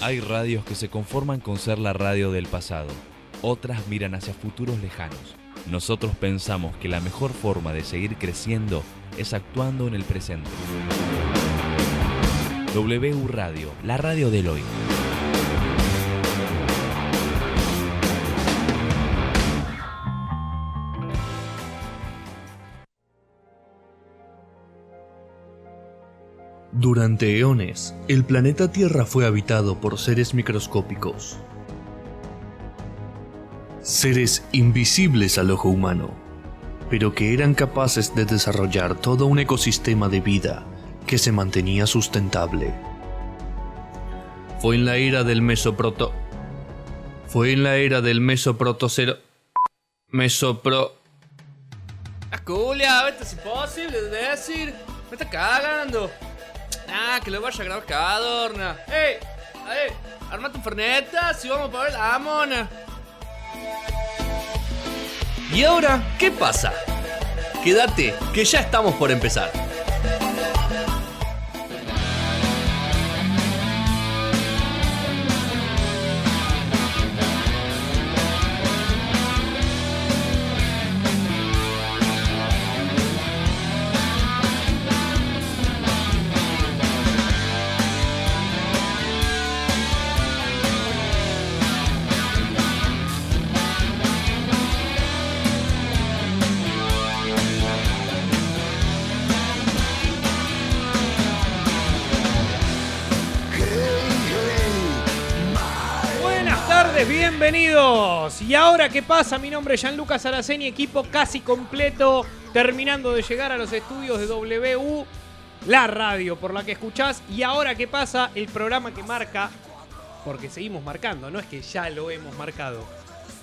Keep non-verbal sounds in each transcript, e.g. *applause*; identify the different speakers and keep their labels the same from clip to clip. Speaker 1: Hay radios que se conforman con ser la radio del pasado, otras miran hacia futuros lejanos. Nosotros pensamos que la mejor forma de seguir creciendo es actuando en el presente. WU Radio, la radio del hoy.
Speaker 2: Durante eones, el planeta Tierra fue habitado por seres microscópicos, seres invisibles al ojo humano, pero que eran capaces de desarrollar todo un ecosistema de vida que se mantenía sustentable. Fue en la era del mesoproto... Fue en la era del mesoprotocero... Mesopro...
Speaker 3: Ah, Julia, esto es imposible de decir. Me está cagando. Ah, que lo vaya a grabar cada adorna. ¡Ey! ¡Ey! Armate un ferneta si vamos a ver la mona.
Speaker 4: ¿Y ahora qué pasa? Quédate, que ya estamos por empezar.
Speaker 5: Buenas tardes, bienvenidos. ¿Y ahora qué pasa? Mi nombre es Gianluca Saraceni, equipo casi completo, terminando de llegar a los estudios de WU, la radio por la que escuchás. ¿Y ahora qué pasa? El programa que marca, porque seguimos marcando, no es que ya lo hemos marcado.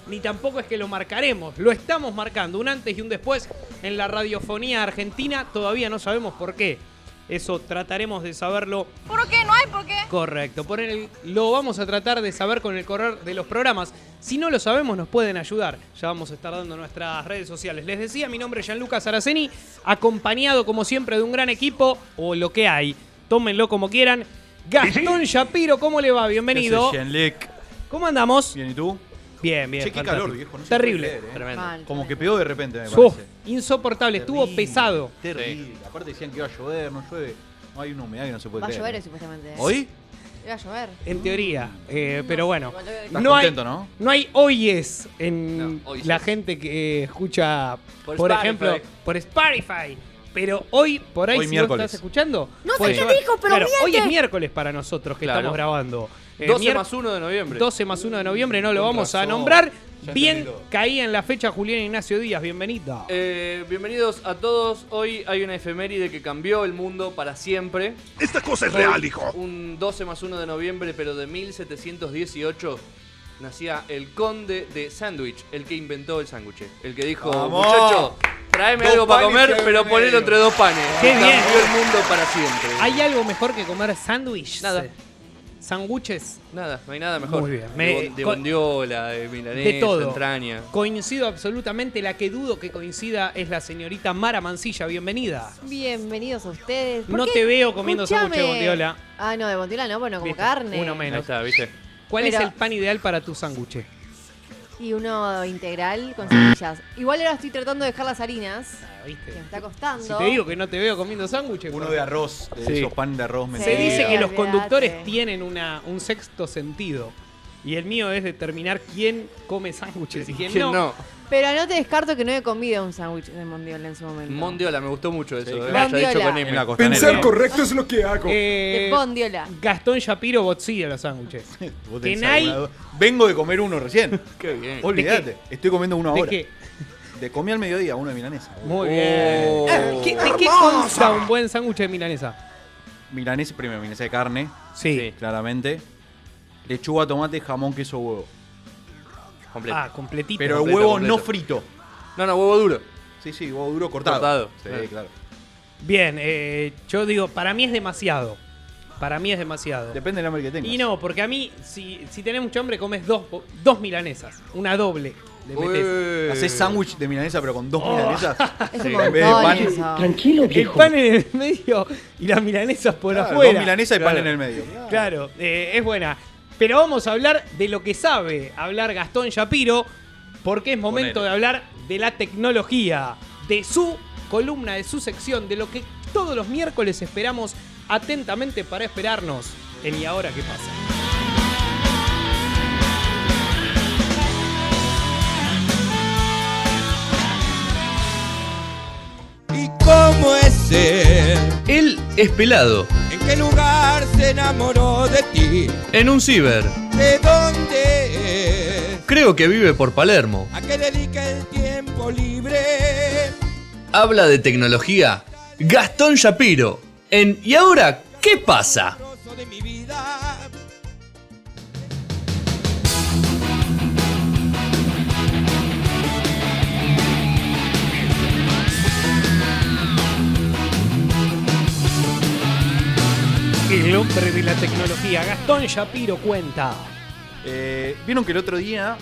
Speaker 5: Ni tampoco es que lo marcaremos, lo estamos marcando, un antes y un después en la radiofonía argentina, todavía no sabemos por qué. Eso trataremos de saberlo
Speaker 6: ¿Por qué? ¿No hay por qué?
Speaker 5: Correcto, por el- lo vamos a tratar de saber con el correr de los programas. Si no lo sabemos, nos pueden ayudar. Ya vamos a estar dando nuestras redes sociales. Les decía, mi nombre es Gianluca Saraceni, acompañado como siempre de un gran equipo, o lo que hay, tómenlo como quieran. Gastón Shapiro, ¿cómo le va? Bienvenido. ¿Cómo andamos?
Speaker 7: Bien, ¿y tú?
Speaker 5: Bien, bien.
Speaker 7: Che, qué
Speaker 5: fantástico.
Speaker 7: calor, viejo, no se
Speaker 5: Terrible.
Speaker 7: puede creer, ¿eh?
Speaker 5: Tremendo.
Speaker 6: Mal.
Speaker 7: Como que pegó de repente, me
Speaker 5: Uf,
Speaker 7: parece.
Speaker 5: insoportable, estuvo
Speaker 7: Terrible,
Speaker 5: pesado.
Speaker 7: Terrible. Aparte decían que iba a llover, no llueve. No hay una humedad que no se puede
Speaker 6: Va a
Speaker 7: creer.
Speaker 6: llover, eh, supuestamente. eh.
Speaker 7: ¿Hoy?
Speaker 6: Va a llover.
Speaker 5: En teoría, eh, pero bueno.
Speaker 6: Igual lo veo
Speaker 7: Estás
Speaker 5: No hay-
Speaker 7: contento, ¿no?
Speaker 5: No hay oyes en
Speaker 4: No, oyes.
Speaker 5: la gente que eh, escucha, por,
Speaker 4: Por Spotify.
Speaker 5: ejemplo, por Spotify. Pero hoy, por ahí,
Speaker 7: Hoy
Speaker 5: si vos
Speaker 7: miércoles.
Speaker 5: estás escuchando.
Speaker 6: No sé
Speaker 5: puede
Speaker 6: qué
Speaker 5: llevar-
Speaker 6: dijo, pero
Speaker 5: Claro, hoy
Speaker 6: miente.
Speaker 5: es miércoles para nosotros que
Speaker 4: Claro.
Speaker 5: estamos grabando. Eh,
Speaker 4: 12
Speaker 5: miérc-
Speaker 4: más 1 de noviembre.
Speaker 5: 12 más 1 de noviembre, no lo
Speaker 7: Con
Speaker 5: vamos a
Speaker 7: razón.
Speaker 5: nombrar.
Speaker 7: Ya
Speaker 5: Bien
Speaker 7: entendí todo.
Speaker 5: caía en la fecha Julián Ignacio Díaz, bienvenido.
Speaker 4: Eh, bienvenidos a todos. Hoy hay una efeméride que cambió el mundo para siempre.
Speaker 8: Esta cosa es
Speaker 4: Hoy,
Speaker 8: real, hijo.
Speaker 4: Un 12 más 1 de noviembre, pero de 1718, nacía el conde de Sandwich, el que inventó el sándwich. El que dijo,
Speaker 7: ¡Vamos!
Speaker 4: muchacho, tráeme
Speaker 7: Dos
Speaker 4: algo para
Speaker 7: panes y
Speaker 4: comer,
Speaker 7: algo
Speaker 4: pero
Speaker 7: en
Speaker 4: ponelo
Speaker 7: medio".
Speaker 4: entre dos panes.
Speaker 5: ¡Qué
Speaker 4: Cambió
Speaker 5: bien!
Speaker 4: el mundo para siempre.
Speaker 5: ¿Hay algo mejor que comer sándwich?
Speaker 4: Nada.
Speaker 5: Sándwiches.
Speaker 4: Nada, no hay nada mejor.
Speaker 5: Muy bien.
Speaker 4: De
Speaker 5: Me-
Speaker 4: bon- de
Speaker 5: con-
Speaker 4: bondiola, de milanesa,
Speaker 5: de todo.
Speaker 4: entraña.
Speaker 5: Coincido absolutamente. La que dudo que coincida es la señorita Mara Mancilla, bienvenida.
Speaker 6: Bienvenidos a ustedes. ¿Por
Speaker 5: No
Speaker 6: qué?
Speaker 5: te veo comiendo
Speaker 6: Escuchame.
Speaker 5: sándwich de bondiola.
Speaker 6: Ah, no, de bondiola no, bueno, como
Speaker 5: Viste,
Speaker 6: carne.
Speaker 5: uno menos.
Speaker 4: Ahí está, ¿viste?
Speaker 5: ¿Cuál es
Speaker 6: Pero-
Speaker 5: el pan ideal para tu sándwich?
Speaker 6: Y uno integral con semillas. Igual ahora estoy tratando de dejar las harinas, que me está costando.
Speaker 5: Ah, Si te digo que no te veo comiendo sándwiches.
Speaker 7: Uno
Speaker 5: pues.
Speaker 7: de arroz, de
Speaker 4: Sí.
Speaker 7: esos pan de arroz
Speaker 5: Se
Speaker 7: mentira.
Speaker 5: dice que los
Speaker 6: Olvídate.
Speaker 5: conductores tienen una, un sexto sentido. Y el mío es determinar quién come sándwiches y quién,
Speaker 4: ¿Quién
Speaker 5: no.
Speaker 4: no?
Speaker 6: Pero no te descarto que no he comido un sándwich de mondiola en su momento.
Speaker 4: Mondiola, me gustó mucho eso.
Speaker 7: Sí,
Speaker 4: eh,
Speaker 7: claro.
Speaker 4: haya dicho con
Speaker 6: Mondiola.
Speaker 4: M.
Speaker 7: En la costanera.
Speaker 8: Pensar correcto es lo que hago.
Speaker 5: Eh,
Speaker 6: De bondiola.
Speaker 5: Gastón Shapiro botsía los sándwiches.
Speaker 7: Vos tenés
Speaker 5: Que nadie-
Speaker 7: alguna duda. Vengo de comer
Speaker 5: *laughs*
Speaker 7: uno recién.
Speaker 4: Qué bien.
Speaker 7: Olvídate, estoy comiendo uno
Speaker 5: ¿De
Speaker 7: ahora.
Speaker 5: qué?
Speaker 7: De comí al mediodía, uno de milanesa.
Speaker 5: Muy
Speaker 4: Oh.
Speaker 5: bien. Eh, ¿qué- ¿De qué consta un buen sándwich de milanesa?
Speaker 7: Milanesa, primero milanesa de carne,
Speaker 4: Sí.
Speaker 7: claramente. Lechuga, tomate, jamón, queso, huevo.
Speaker 4: Completo.
Speaker 5: Ah, completito.
Speaker 7: Pero
Speaker 4: completo,
Speaker 7: huevo
Speaker 4: completo.
Speaker 7: no frito.
Speaker 4: No, no, huevo duro.
Speaker 7: Sí, sí, huevo duro cortado.
Speaker 4: Cortado.
Speaker 7: Sí,
Speaker 4: Ah.
Speaker 7: claro.
Speaker 5: Bien, eh, yo digo, para mí es demasiado. Para mí es demasiado.
Speaker 7: Depende del hambre que tengas.
Speaker 5: Y no, porque a mí, si, si tenés mucho hambre, comes dos, po- dos milanesas. Una doble. Le metés.
Speaker 4: Uy.
Speaker 7: Hacés sándwich de milanesa, pero con dos milanesas.
Speaker 6: Es
Speaker 7: Sí.
Speaker 6: un
Speaker 7: En vez de
Speaker 6: montón
Speaker 7: pan,
Speaker 6: eso.
Speaker 5: El pan en el medio y las milanesas por
Speaker 7: claro,
Speaker 5: afuera.
Speaker 7: dos milanesas y
Speaker 5: Claro,
Speaker 7: pan en el medio.
Speaker 5: Claro, eh, es buena. Pero vamos a hablar de lo que sabe hablar Gastón Shapiro, porque es momento
Speaker 7: Ponele.
Speaker 5: de hablar de la tecnología, de su columna, de su sección, de lo que todos los miércoles esperamos atentamente para esperarnos en Y ahora qué pasa.
Speaker 8: ¿Y cómo es él?
Speaker 3: Él es pelado.
Speaker 8: ¿En qué lugar se enamoró de ti?
Speaker 3: En un ciber.
Speaker 8: ¿De dónde es?
Speaker 3: Creo que vive por Palermo.
Speaker 8: ¿A qué dedica el tiempo libre?
Speaker 3: Habla de tecnología. Gastón Shapiro. En ¿Y ahora qué pasa?
Speaker 8: Trozo de mi vida.
Speaker 5: El hombre de la tecnología, Gastón Shapiro, cuenta.
Speaker 7: Eh, Vieron que el otro día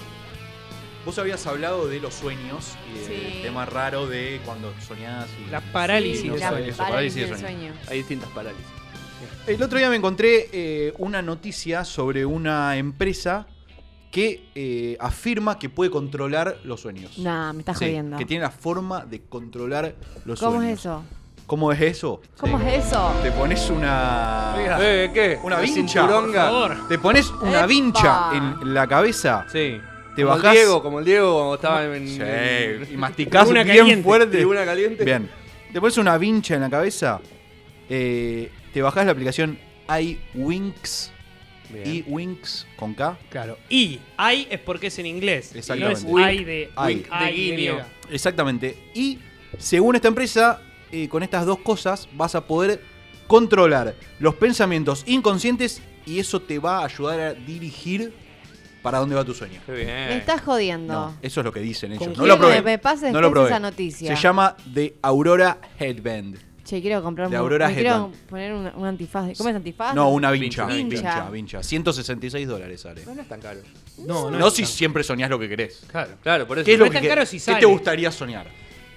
Speaker 7: vos habías hablado de los sueños y del
Speaker 6: Sí.
Speaker 7: tema raro de cuando soñás. Y...
Speaker 5: La parálisis
Speaker 6: Sí,
Speaker 5: del
Speaker 6: la
Speaker 5: sueño.
Speaker 6: parálisis del
Speaker 7: Eso,
Speaker 6: sueño.
Speaker 3: Hay distintas parálisis.
Speaker 7: Eh, El otro día me encontré eh, una noticia sobre una empresa que eh, afirma que puede controlar los sueños.
Speaker 6: Nah, me estás
Speaker 7: Sí,
Speaker 6: jodiendo.
Speaker 7: Que tiene la forma de controlar los
Speaker 6: ¿Cómo
Speaker 7: sueños.
Speaker 6: es eso?
Speaker 7: ¿Cómo es eso?
Speaker 6: ¿Cómo
Speaker 7: Sí.
Speaker 6: es eso?
Speaker 7: Te pones una.
Speaker 3: Eh, ¿qué?
Speaker 7: Una
Speaker 3: ¿La
Speaker 7: vincha.
Speaker 3: cinturonga?
Speaker 7: Te pones una
Speaker 6: ¡Epa!
Speaker 7: vincha en la cabeza.
Speaker 3: Sí.
Speaker 7: Te
Speaker 3: como
Speaker 7: bajás-
Speaker 3: el Diego, como el Diego cuando estaba en,
Speaker 7: Sí,
Speaker 3: en-
Speaker 7: y masticás
Speaker 5: Tribuna
Speaker 7: bien
Speaker 5: caliente.
Speaker 7: fuerte.
Speaker 3: tribuna caliente.
Speaker 7: Bien. Te pones una vincha en la cabeza. eh, te bajás la aplicación iWinks.
Speaker 3: Bien.
Speaker 7: iWinks con K.
Speaker 5: Claro. Y I es porque es en inglés.
Speaker 7: Exactamente.
Speaker 5: No es I de,
Speaker 7: I.
Speaker 5: I de
Speaker 3: De guiño.
Speaker 5: griega.
Speaker 7: Exactamente. Y según esta empresa, eh, con estas dos cosas vas a poder controlar los pensamientos inconscientes y eso te va a ayudar a dirigir para dónde va tu sueño.
Speaker 3: Qué bien.
Speaker 5: Eh,
Speaker 6: Me estás jodiendo.
Speaker 7: No, eso es lo que dicen
Speaker 5: ¿Con
Speaker 7: ellos. No
Speaker 5: quién
Speaker 7: lo probé.
Speaker 6: me- me pases
Speaker 7: no lo
Speaker 6: después
Speaker 7: probé.
Speaker 6: esa noticia?
Speaker 7: Se llama The Aurora Headband.
Speaker 6: Che, quiero comprar
Speaker 7: De
Speaker 6: un,
Speaker 7: Aurora
Speaker 6: me quiero
Speaker 7: Headband.
Speaker 6: poner un, un antifaz. ¿Cómo es antifaz?
Speaker 7: No, una vincha.
Speaker 3: Vincha.
Speaker 7: Vincha, vincha.
Speaker 6: Vincha.
Speaker 7: 166 dólares sale.
Speaker 3: No, no es tan caro.
Speaker 5: No,
Speaker 7: No si siempre soñás lo que querés.
Speaker 3: Claro, claro, por eso.
Speaker 7: ¿Qué es lo
Speaker 5: no es tan
Speaker 7: que
Speaker 5: caro si
Speaker 7: ¿Qué
Speaker 5: sale.
Speaker 7: te gustaría soñar?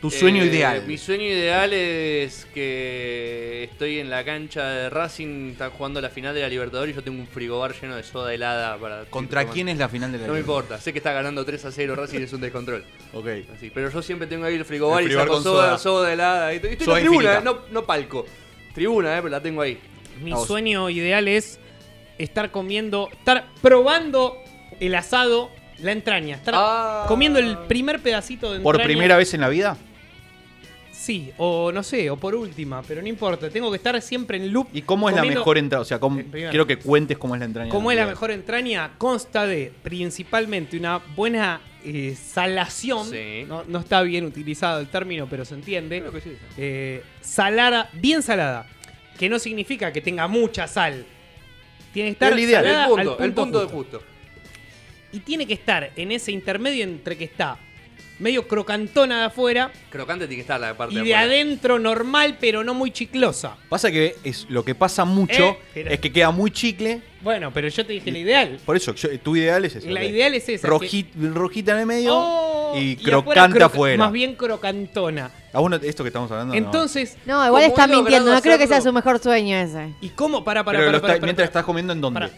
Speaker 7: Tu sueño
Speaker 3: Eh,
Speaker 7: ideal.
Speaker 3: Mi sueño ideal es que estoy en la cancha de Racing, están jugando la final de la Libertadores y yo tengo un frigobar lleno de soda helada para.
Speaker 7: ¿Contra quién es la final de la
Speaker 3: No me
Speaker 7: liga?
Speaker 3: importa, sé que está ganando 3 a 0 Racing es un descontrol.
Speaker 7: Ok.
Speaker 3: Así, pero yo siempre tengo ahí el frigobar
Speaker 7: El
Speaker 3: y
Speaker 7: frigobar
Speaker 3: saco
Speaker 7: con
Speaker 3: soda,
Speaker 7: soda.
Speaker 3: soda, helada. Y estoy
Speaker 7: Soda
Speaker 3: en tribuna, eh,
Speaker 7: infinita.
Speaker 3: no, no palco. Tribuna, eh, pero la tengo ahí.
Speaker 5: Mi
Speaker 7: A vos.
Speaker 5: sueño ideal es estar comiendo, estar probando el asado, la entraña, estar
Speaker 3: Ah.
Speaker 5: comiendo el primer pedacito de entraña.
Speaker 7: ¿Por primera vez en la vida?
Speaker 5: Sí, o no sé, o por última, pero no importa. Tengo que estar siempre en loop.
Speaker 7: ¿Y cómo es la
Speaker 5: comiendo-
Speaker 7: mejor entrada? O sea, cómo-
Speaker 5: Eh, primero.
Speaker 7: quiero que cuentes cómo es la entraña.
Speaker 5: ¿Cómo
Speaker 7: de
Speaker 5: es la
Speaker 7: vida.
Speaker 5: mejor entraña? Consta de principalmente una buena eh, salación.
Speaker 3: Sí.
Speaker 5: No, no está bien utilizado el término, pero se entiende.
Speaker 3: Creo que sí.
Speaker 5: Eh, salada, bien salada. Que no significa que tenga mucha sal. Tiene que estar
Speaker 7: El ideal,
Speaker 5: salada
Speaker 3: el
Speaker 5: al
Speaker 3: punto, el punto
Speaker 5: justo.
Speaker 3: de justo.
Speaker 5: Y tiene que estar en ese intermedio entre que está medio crocantona de afuera
Speaker 3: Crocante tiene que estar la parte
Speaker 5: y de
Speaker 3: afuera.
Speaker 5: adentro normal, pero no muy chiclosa.
Speaker 7: Pasa que es, lo que pasa mucho
Speaker 5: Eh, pero-
Speaker 7: es que queda muy chicle.
Speaker 5: Bueno, pero yo te dije la ideal.
Speaker 7: Por eso, yo- tu ideal es eso.
Speaker 5: La ideal es esa. que-
Speaker 7: Rojita, rojita en el medio
Speaker 5: Oh,
Speaker 7: y
Speaker 5: afuera
Speaker 7: crocante afuera.
Speaker 5: croca- Más bien crocantona.
Speaker 7: A uno, esto que estamos hablando. no.
Speaker 5: Entonces,
Speaker 6: No, igual
Speaker 3: ¿Cómo
Speaker 6: está
Speaker 3: he logrado
Speaker 6: mintiendo. No creo que sea
Speaker 3: hacerlo?
Speaker 6: su mejor sueño ese.
Speaker 5: ¿y cómo? Para, para,
Speaker 7: Pero
Speaker 5: para,
Speaker 7: lo
Speaker 5: para,
Speaker 7: está- mientras estás comiendo, ¿en dónde?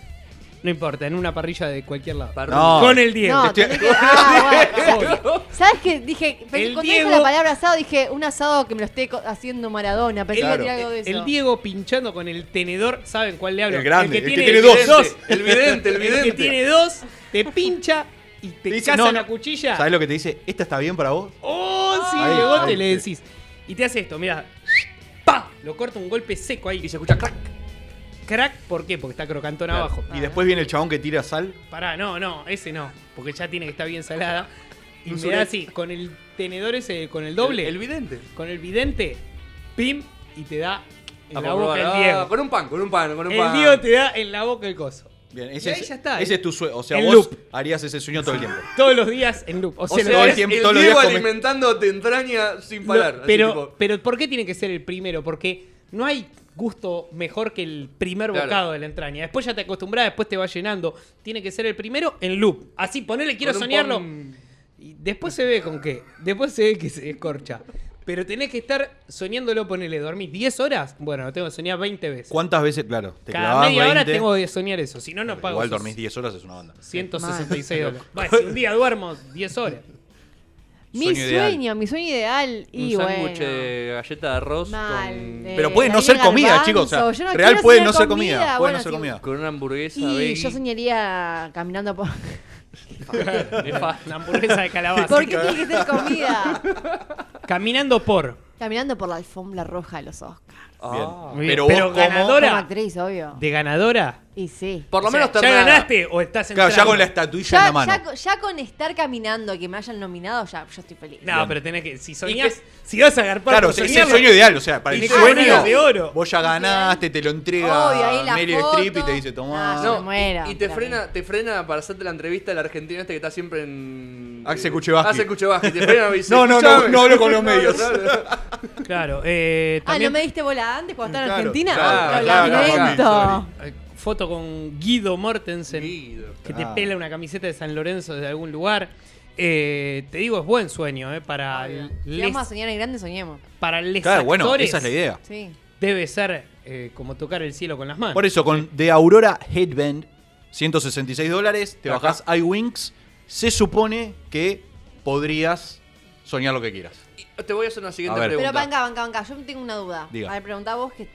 Speaker 5: No importa, en una parrilla de cualquier lado.
Speaker 3: Parrilla.
Speaker 7: No.
Speaker 5: Con el diente.
Speaker 6: No,
Speaker 7: estoy-
Speaker 6: tenés que- *laughs*
Speaker 7: *laughs*
Speaker 6: ah, bueno. ¿Sabes qué? Dije, pe-
Speaker 5: El
Speaker 6: cuando dijo
Speaker 5: Diego-
Speaker 6: la palabra asado, dije un asado que me lo esté co- haciendo Maradona. Pensé que iba a tirar algo de eso.
Speaker 5: El Diego pinchando con el tenedor, ¿saben cuál le hablo?
Speaker 7: El grande,
Speaker 5: que
Speaker 7: el que
Speaker 5: tiene,
Speaker 7: tiene
Speaker 5: el
Speaker 7: dos.
Speaker 3: El vidente, el
Speaker 5: El
Speaker 3: vidente.
Speaker 5: que tiene dos, te pincha y te
Speaker 7: Te dice,
Speaker 5: caza
Speaker 7: no,
Speaker 5: la
Speaker 7: no.
Speaker 5: cuchilla.
Speaker 7: ¿Sabes lo que te dice? ¿Esta está bien para vos?
Speaker 5: ¡Oh, sí!
Speaker 7: Ahí,
Speaker 5: de bote
Speaker 7: ahí,
Speaker 5: le
Speaker 7: sí.
Speaker 5: decís. Y te hace esto, mira. ¡Pa! Lo corta un golpe seco ahí. Y se escucha crack. Crack, ¿por qué? Porque está crocantón abajo.
Speaker 7: Y después viene el chabón que tira sal.
Speaker 5: Pará, no, no, ese no. Porque ya tiene que estar bien salada. Y
Speaker 3: Un
Speaker 5: me
Speaker 3: sureste.
Speaker 5: da así, con el tenedor ese, con el doble,
Speaker 3: El, el vidente.
Speaker 5: con el vidente, pim, y te da en
Speaker 3: Ah,
Speaker 5: la
Speaker 3: por
Speaker 5: boca
Speaker 3: favor,
Speaker 5: el
Speaker 3: ah,
Speaker 5: Diego.
Speaker 3: Con un pan, con un pan, con un pan.
Speaker 5: El Diego te da en la boca el coso.
Speaker 7: Bien,
Speaker 5: Y
Speaker 7: ese
Speaker 5: ahí
Speaker 7: es,
Speaker 5: ya está,
Speaker 7: ese
Speaker 5: ¿eh?
Speaker 7: es tu sueño. O sea,
Speaker 5: En
Speaker 7: vos
Speaker 5: loop.
Speaker 7: harías ese sueño todo el tiempo.
Speaker 5: Todos los días en loop. O
Speaker 3: O
Speaker 5: sea,
Speaker 3: sea,
Speaker 5: lo-
Speaker 7: todo el
Speaker 3: es
Speaker 7: tiempo,
Speaker 3: el
Speaker 7: todos los
Speaker 3: Diego
Speaker 7: días come-
Speaker 3: alimentando tu entraña *laughs* sin
Speaker 5: lo-
Speaker 3: parar. así,
Speaker 5: pero,
Speaker 3: tipo,
Speaker 5: pero ¿por qué tiene que ser el primero? Porque no hay gusto mejor que el primer
Speaker 3: Claro.
Speaker 5: bocado de la entraña. Después ya te acostumbras, después te va llenando. Tiene que ser el primero en loop. Así, ponele, quiero
Speaker 3: con un
Speaker 5: soñarlo.
Speaker 3: pon-
Speaker 5: Y después se ve con qué. Después se ve que se descorcha. Pero tenés que estar soñándolo, ponele, dormís 10 horas. Bueno, lo tengo que soñar 20 veces.
Speaker 7: ¿Cuántas veces, claro? Te
Speaker 5: Cada
Speaker 7: clavás
Speaker 5: media hora
Speaker 7: 20,
Speaker 5: tengo que soñar eso. Si no, no pago.
Speaker 7: Igual
Speaker 5: esos
Speaker 7: dormís 10 horas, es una banda.
Speaker 5: 166 dólares. Bueno, si un día duermo 10
Speaker 7: *laughs*
Speaker 5: horas.
Speaker 6: Mi
Speaker 7: Sueño
Speaker 6: sueño,
Speaker 7: ideal.
Speaker 6: mi sueño ideal. Y
Speaker 4: un
Speaker 6: bueno.
Speaker 4: sándwich
Speaker 5: eh,
Speaker 4: de galleta de arroz
Speaker 6: Mal,
Speaker 4: con,
Speaker 6: eh,
Speaker 7: Pero puede no
Speaker 6: Daniel
Speaker 7: ser comida,
Speaker 6: Garbanzo,
Speaker 7: chicos. O sea,
Speaker 6: yo no
Speaker 7: real
Speaker 6: quiero
Speaker 7: puede
Speaker 6: cenar
Speaker 7: no ser comida. Puede
Speaker 6: bueno,
Speaker 7: no ser
Speaker 6: sí.
Speaker 7: comida.
Speaker 4: con una hamburguesa
Speaker 6: Y
Speaker 4: veggie.
Speaker 6: yo soñaría caminando por.
Speaker 4: Nefasto.
Speaker 5: Una hamburguesa de calabaza.
Speaker 6: *laughs* ¿Por qué tiene que ser comida?
Speaker 5: Caminando por.
Speaker 6: Caminando por la alfombra roja de los Oscars.
Speaker 4: Ah.
Speaker 5: Muy bien.
Speaker 7: Pero vos como-
Speaker 6: Como
Speaker 5: ganadora.
Speaker 6: actriz, obvio.
Speaker 5: De ganadora.
Speaker 6: Y sí.
Speaker 4: Por lo
Speaker 5: O sea,
Speaker 4: menos
Speaker 5: ¿Ya
Speaker 4: ternada.
Speaker 5: ganaste o estás en
Speaker 7: Claro, ya
Speaker 5: tramo?
Speaker 7: con la estatuilla en
Speaker 6: Ya,
Speaker 7: la mano.
Speaker 6: ya con- ya con estar caminando, que me hayan nominado, ya yo estoy feliz. Ah,
Speaker 5: No, pero tenés que. Si soñás, si vas a garpar.
Speaker 7: Claro,
Speaker 5: por
Speaker 7: es el
Speaker 5: soñarlo-
Speaker 7: sueño ideal. O sea, para
Speaker 5: Y
Speaker 7: el
Speaker 5: te ponen
Speaker 7: sueño.
Speaker 5: de oro.
Speaker 7: Vos ya ganaste, te lo
Speaker 6: Obvio, ahí
Speaker 7: entrega
Speaker 6: la
Speaker 7: Meryl
Speaker 6: foto.
Speaker 7: Streep y te dice, tomá.
Speaker 6: Ah,
Speaker 4: No,
Speaker 6: Me muero,
Speaker 4: y, y te
Speaker 6: claramente.
Speaker 4: frena, te frena para hacerte la entrevista el argentino este que está siempre en.
Speaker 7: Axel Kuchevaski.
Speaker 4: Axel Kuchevaski, te frena y dice,
Speaker 7: No, no, no,
Speaker 4: "Escuchame".
Speaker 7: no hablo con los
Speaker 4: *laughs*
Speaker 7: medios.
Speaker 4: no, no.
Speaker 5: Claro, eh,
Speaker 6: Ah, ¿no
Speaker 5: también
Speaker 6: me diste bola antes cuando estaba en Argentina?
Speaker 7: Claro,
Speaker 4: claro,
Speaker 6: Ah, lo
Speaker 4: claro,
Speaker 6: lamento.
Speaker 7: claro,
Speaker 5: eh, foto con Guido Mortensen.
Speaker 4: Seguido.
Speaker 5: que te
Speaker 7: Ah.
Speaker 5: pela una camiseta de San Lorenzo de algún lugar. Eh, te digo, es buen sueño, ¿eh? Para,
Speaker 6: Obvio. Ah, Si
Speaker 5: les,
Speaker 6: vamos a soñar en grande, soñemos.
Speaker 5: para les
Speaker 7: Claro, bueno,
Speaker 5: actores
Speaker 7: esa es la idea.
Speaker 6: Sí.
Speaker 5: debe ser eh, como tocar el cielo con las manos.
Speaker 7: Por eso, con The Aurora Headband, 166 dólares, te
Speaker 4: Ajá.
Speaker 7: bajás iWinks, se supone que podrías soñar lo que quieras.
Speaker 4: Y Te voy a hacer una siguiente
Speaker 7: A ver.
Speaker 4: pregunta.
Speaker 6: Pero banca, banca, banca. Yo tengo una duda.
Speaker 7: Diga.
Speaker 6: A ver, preguntá vos que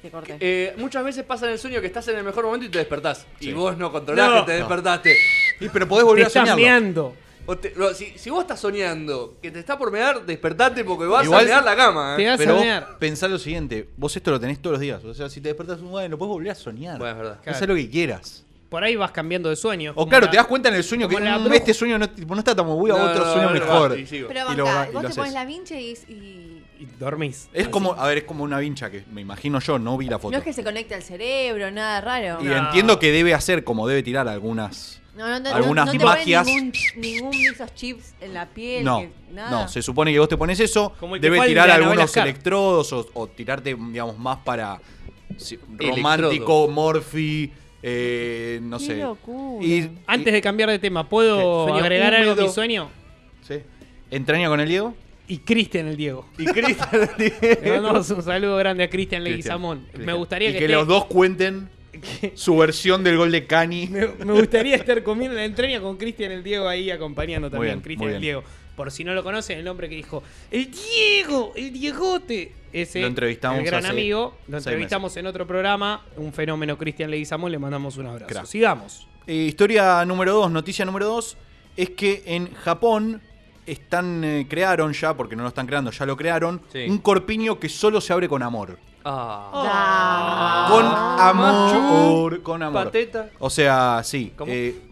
Speaker 6: te corté.
Speaker 4: Eh, muchas veces pasa en el sueño que estás en el mejor momento y te despertás.
Speaker 7: Sí.
Speaker 4: Y vos no controlás
Speaker 5: No.
Speaker 4: que te
Speaker 7: No.
Speaker 4: despertaste.
Speaker 7: Y, pero podés
Speaker 5: te
Speaker 7: volver a
Speaker 5: estás
Speaker 7: soñarlo.
Speaker 5: meando.
Speaker 4: O te- no, si, si vos estás soñando que te está por mear, despertate porque vas
Speaker 7: Igual-
Speaker 4: a mear la cama. ¿eh?
Speaker 5: Te vas
Speaker 7: Pero
Speaker 5: a
Speaker 7: vos
Speaker 5: mear.
Speaker 7: pensá lo siguiente, vos esto lo tenés todos los días. O sea, si te despertas un día, lo podés volver a soñar.
Speaker 4: Bueno, es verdad.
Speaker 7: Haz lo que quieras.
Speaker 5: Por ahí vas cambiando de sueño.
Speaker 7: O
Speaker 5: como
Speaker 7: claro,
Speaker 5: la-
Speaker 7: te das cuenta en el sueño que
Speaker 5: como la
Speaker 7: "Mm,
Speaker 5: bruja".
Speaker 7: este sueño no, tipo, no está tan voy a
Speaker 4: No,
Speaker 7: otro
Speaker 4: no,
Speaker 7: sueño
Speaker 4: no,
Speaker 7: mejor.
Speaker 4: y sigo.
Speaker 6: Pero
Speaker 7: y lo
Speaker 6: banca,
Speaker 7: ga- y
Speaker 6: vos
Speaker 7: lo
Speaker 6: te pones
Speaker 7: haces.
Speaker 6: la vincha y... y-
Speaker 5: Y dormís.
Speaker 7: Es como, a ver, es como una vincha que me imagino yo, no vi la foto.
Speaker 6: No es que se conecte al cerebro, nada raro.
Speaker 7: Y
Speaker 5: No.
Speaker 7: entiendo que debe hacer como debe tirar algunas.
Speaker 6: No, no, no,
Speaker 7: Algunas
Speaker 6: no, no te
Speaker 7: magias.
Speaker 6: ponen ningún, ningún de esos chips en la piel.
Speaker 7: No,
Speaker 6: que- nada.
Speaker 7: no, se supone que vos te pones eso,
Speaker 5: Como el que
Speaker 7: debe
Speaker 5: fue al
Speaker 7: tirar
Speaker 5: de Anabel
Speaker 7: algunos
Speaker 5: Ascar.
Speaker 7: electrodos o, o tirarte, digamos, más para si-
Speaker 4: Electrodo.
Speaker 7: romántico, morphy, eh, no
Speaker 6: Qué
Speaker 7: sé.
Speaker 6: locura.
Speaker 7: Y-
Speaker 5: Antes
Speaker 7: y-
Speaker 5: de cambiar de tema, ¿puedo
Speaker 7: ¿Qué? Sueño
Speaker 5: agregar algo a mi
Speaker 7: húmedo.
Speaker 5: sueño?
Speaker 7: sí. ¿Entraña con el Diego?
Speaker 5: Y Cristian el Diego.
Speaker 7: Y Cristian
Speaker 5: *laughs*
Speaker 7: el
Speaker 5: Le
Speaker 7: Diego.
Speaker 5: mandamos un saludo grande a Cristian Leguizamón.
Speaker 7: Cristian.
Speaker 5: Me gustaría
Speaker 7: y
Speaker 5: que,
Speaker 7: que,
Speaker 5: esté-
Speaker 7: los dos cuenten su versión del gol de Cani.
Speaker 5: *laughs* Me, me gustaría estar comiendo la entraña con Cristian el Diego ahí acompañando
Speaker 7: Muy
Speaker 5: también.
Speaker 7: bien,
Speaker 5: Cristian
Speaker 7: muy
Speaker 5: el
Speaker 7: bien.
Speaker 5: Diego. Por si no lo conocen, el nombre que dijo: ¡El Diego! ¡El Diegote! Ese,
Speaker 7: Lo entrevistamos
Speaker 5: El gran
Speaker 7: hace
Speaker 5: amigo. Lo
Speaker 7: seis
Speaker 5: entrevistamos en otro programa. Un fenómeno, Cristian Leguizamón. Le mandamos un abrazo.
Speaker 7: Crack.
Speaker 5: Sigamos.
Speaker 7: Eh, historia número 2, noticia número 2, es que en Japón están eh, crearon ya, porque no lo están creando, ya lo crearon,
Speaker 4: Sí.
Speaker 7: un corpiño que solo se abre con amor.
Speaker 4: Ah.
Speaker 6: Da.
Speaker 7: Con amor. Con amor.
Speaker 4: Pateta.
Speaker 7: O sea, sí.
Speaker 4: ¿Cómo?
Speaker 7: eh,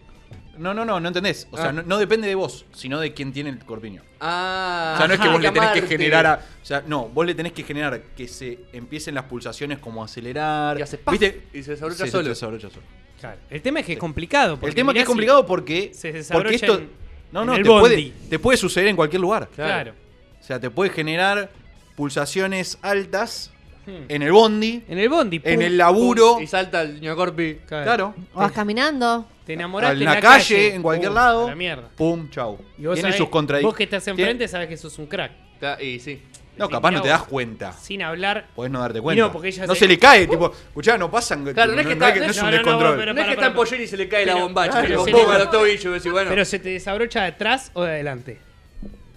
Speaker 7: no, no, no, no entendés. O sea,
Speaker 4: Ah.
Speaker 7: no, no depende de vos, sino de quién tiene el corpiño.
Speaker 4: Ah.
Speaker 7: O sea, no es que vos le tenés que
Speaker 4: amarte.
Speaker 7: generar. a- o sea, no, vos le tenés que generar que se empiecen las pulsaciones como acelerar.
Speaker 4: Y hace ¡paf!
Speaker 7: ¿Viste?
Speaker 4: Y se desabrocha
Speaker 7: Sí,
Speaker 4: solo.
Speaker 7: Se desabrocha solo.
Speaker 5: El tema es que es complicado. porque
Speaker 7: El tema es que
Speaker 5: mirá
Speaker 7: es
Speaker 5: si-
Speaker 7: complicado porque.
Speaker 5: se desabrocha
Speaker 7: porque esto.
Speaker 5: en-
Speaker 7: no,
Speaker 5: en
Speaker 7: no,
Speaker 5: el
Speaker 7: te puede,
Speaker 5: bondi.
Speaker 7: te puede suceder en cualquier lugar.
Speaker 5: Claro.
Speaker 7: O sea, te puede generar pulsaciones altas
Speaker 5: Hmm.
Speaker 7: en el bondi,
Speaker 5: En el bondi.
Speaker 7: en
Speaker 5: pum,
Speaker 7: el Ah, laburo.
Speaker 4: Y salta el ñocorpi.
Speaker 7: Claro.
Speaker 6: O vas caminando.
Speaker 5: Te enamoraste
Speaker 7: en
Speaker 5: en
Speaker 7: la
Speaker 5: la
Speaker 7: calle, en cualquier
Speaker 5: pum,
Speaker 7: lado.
Speaker 5: a La mierda.
Speaker 7: Pum, chau.
Speaker 5: Y vos
Speaker 7: Tiene
Speaker 5: sabés-
Speaker 7: sus contradicciones.
Speaker 5: Vos que estás enfrente sabes que sos un crack.
Speaker 4: Ta- Y sí.
Speaker 7: No,
Speaker 5: Sí,
Speaker 7: capaz no
Speaker 5: mirá
Speaker 7: te
Speaker 5: vos.
Speaker 7: das cuenta.
Speaker 5: Sin hablar.
Speaker 7: Podés no darte cuenta.
Speaker 5: no, porque ella
Speaker 7: No
Speaker 5: se-
Speaker 7: se le cae, tipo, escuchá, no pasan.
Speaker 4: Claro, no es que está-
Speaker 7: no es
Speaker 5: no,
Speaker 7: un
Speaker 5: no, no,
Speaker 7: descontrol.
Speaker 5: vos, pero
Speaker 4: no es
Speaker 5: para,
Speaker 4: que está
Speaker 5: para,
Speaker 4: en pollera y se le cae la
Speaker 5: Pero-
Speaker 4: bombacha.
Speaker 5: claro,
Speaker 4: Pero,
Speaker 5: se
Speaker 4: se
Speaker 5: le-
Speaker 4: los tobillos. decís, bueno.
Speaker 5: Pero se te desabrocha de atrás o de adelante.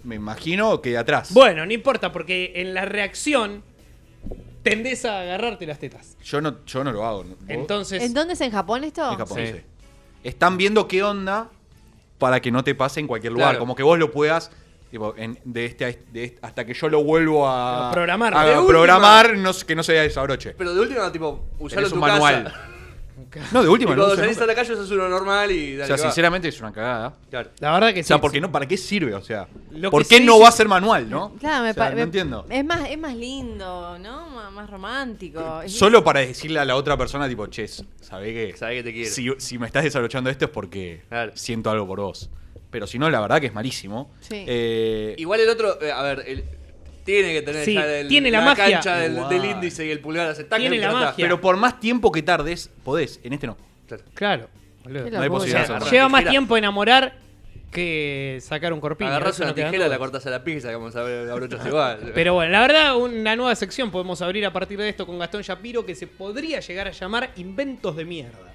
Speaker 7: Me imagino que de atrás.
Speaker 5: Bueno, no importa, porque en la reacción tendés a agarrarte las tetas.
Speaker 7: Yo no, yo no lo hago. ¿Vos?
Speaker 5: Entonces,
Speaker 6: ¿En dónde es en Japón esto?
Speaker 7: En Japón,
Speaker 4: Sí.
Speaker 7: sí. Están viendo qué onda para que no te pase en cualquier lugar.
Speaker 4: Claro.
Speaker 7: Como que vos lo puedas. tipo, en- de este a este- de este- hasta que yo lo vuelvo a,
Speaker 5: A programar.
Speaker 7: a
Speaker 5: De última.
Speaker 7: programar, no, se- que no se desabroche.
Speaker 4: Pero de última, tipo, usalo
Speaker 7: Es
Speaker 4: en
Speaker 7: un
Speaker 4: tu *laughs*
Speaker 7: manual.
Speaker 4: casa.
Speaker 7: No, de
Speaker 4: Y
Speaker 7: última, no
Speaker 4: cuando
Speaker 7: se
Speaker 4: salís a
Speaker 7: nunca.
Speaker 4: la calle, sos uno normal y dale.
Speaker 7: O sea,
Speaker 4: que va.
Speaker 7: sinceramente es una cagada.
Speaker 4: Claro.
Speaker 5: la verdad que
Speaker 7: O sea,
Speaker 5: sí.
Speaker 7: porque no, ¿para qué sirve? O sea,
Speaker 5: Lo
Speaker 7: ¿por
Speaker 5: que
Speaker 7: qué
Speaker 5: sí
Speaker 7: no
Speaker 5: dice-
Speaker 7: va a ser manual, no?
Speaker 6: *laughs* Claro, me,
Speaker 7: O sea,
Speaker 6: pa-
Speaker 7: no
Speaker 6: me-
Speaker 7: entiendo.
Speaker 6: Es más, es más lindo, ¿no? Má- más romántico. Es-
Speaker 7: Solo para decirle a la otra persona, tipo, che, sabe que,
Speaker 4: Sabe que te quiero.
Speaker 7: si, si me estás desabrochando esto es porque
Speaker 4: Claro.
Speaker 7: siento algo por vos. Pero si no, la verdad que es malísimo.
Speaker 6: Sí.
Speaker 7: Eh,
Speaker 4: Igual el otro, eh, a ver, el- tiene que tener
Speaker 5: Sí,
Speaker 4: ya del-
Speaker 5: tiene la magia.
Speaker 4: cancha del,
Speaker 7: Igual.
Speaker 4: del índice y el pulgar. hace tac,
Speaker 5: Tiene
Speaker 4: y
Speaker 5: la
Speaker 4: ya está.
Speaker 5: magia.
Speaker 7: pero por más tiempo que tardes, podés. En este no.
Speaker 5: Claro. boludo.
Speaker 6: Qué
Speaker 7: No hay
Speaker 6: locura.
Speaker 7: posibilidad de
Speaker 5: O sea,
Speaker 7: hacerlo.
Speaker 5: lleva más
Speaker 4: Mira.
Speaker 5: tiempo enamorar que sacar un corpiño.
Speaker 3: Agarras
Speaker 5: eso
Speaker 3: una
Speaker 5: no queda
Speaker 3: tijera,
Speaker 5: duda.
Speaker 3: la cortas a la pizza, como sabe, la brochas igual.
Speaker 5: Pero bueno, la verdad, una nueva sección podemos abrir a partir de esto con Gastón Shapiro que se podría llegar a llamar Inventos de Mierda.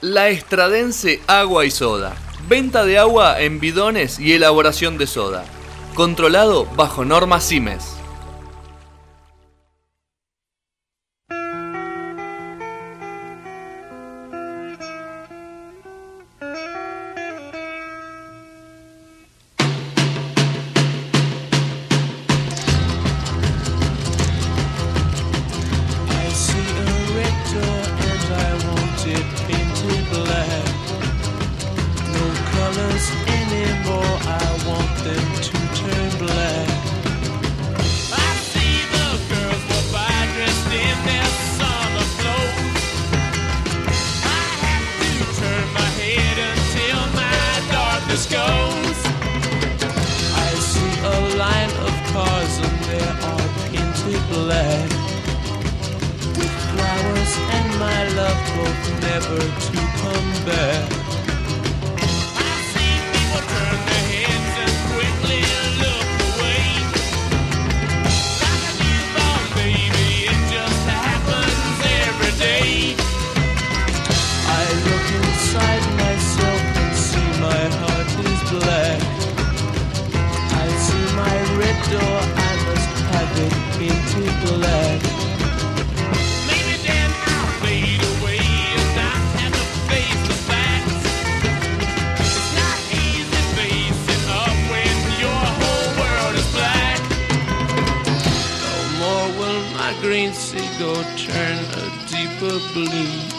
Speaker 3: La Estradense Agua y Soda. Venta de agua en bidones y elaboración de soda. Controlado bajo normas CIMES.
Speaker 9: I see a red door and I want it painted black. No colors anymore, I want them to turn black. I see the girls go by dressed in their summer clothes. I have to turn my head until my darkness goes. I see a line of cars and they are painted black with flowers and my love hope never to come back. I see people turn their heads and quickly look away. Like a newborn baby, it just happens every day. I look inside myself and see my heart is black. I see my red door, I must have it painted black. Maybe then I'll fade away and not have to face the facts. It's not easy facing up when your whole world is black. No more will my green seagull turn a deeper blue.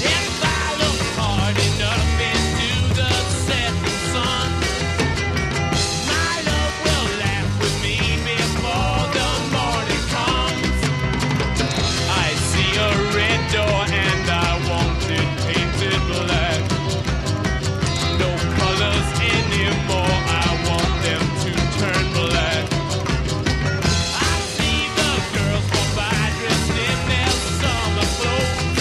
Speaker 9: If I look hard enough into the setting sun. My love will laugh with me before the morning comes. I see a red door and I want it painted black. No colors anymore, I want them to turn black. I see the girls walk by dressed in their summer clothes.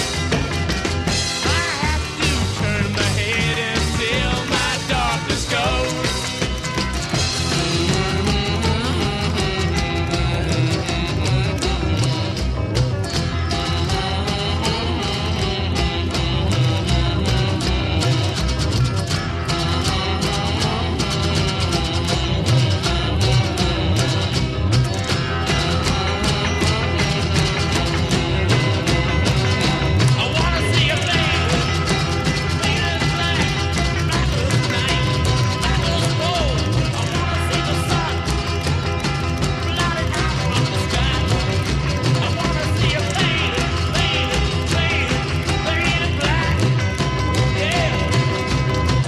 Speaker 9: I have to turn my head until my darkness goes. I wanna see a man, man as black, black as night, black as gold. I wanna see the sun, blotted out from the sky. I wanna see a man, man, man, man as black, yeah.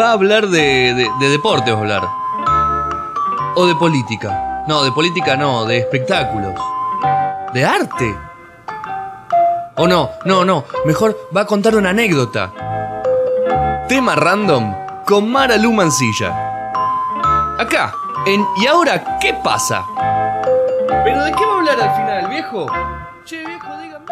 Speaker 3: Va a hablar de, de- de deporte, va a hablar. O de política.
Speaker 2: No, de política no, de espectáculos. De arte. O no, no, no. Mejor va a contar una anécdota.
Speaker 4: Tema random con Mara Lu Mancilla. Acá, en ¿Y ahora qué pasa?
Speaker 3: ¿Pero de qué va a hablar al final, viejo? Che, viejo, dígame.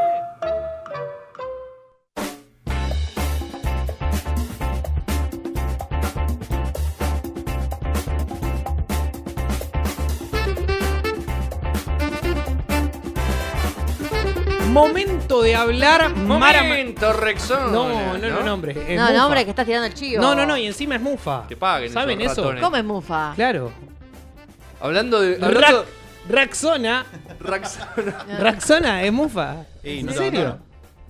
Speaker 5: Momento de hablar, Mara. Ma-
Speaker 3: Momento, Rexona.
Speaker 5: No, no, no, no, hombre. es
Speaker 6: No,
Speaker 5: mufa.
Speaker 6: no, hombre, que estás tirando el chivo.
Speaker 5: No, no, no, y encima es mufa.
Speaker 3: Que paguen
Speaker 5: ¿Saben
Speaker 3: esos
Speaker 5: eso?
Speaker 3: ratones.
Speaker 6: ¿Cómo es mufa?
Speaker 5: Claro.
Speaker 3: Hablando de. Hablando
Speaker 5: Rac- Raxona.
Speaker 3: *laughs* Raxona.
Speaker 5: Raxona es mufa.
Speaker 7: Ey,
Speaker 5: ¿En
Speaker 7: no te
Speaker 5: serio?
Speaker 7: abandono.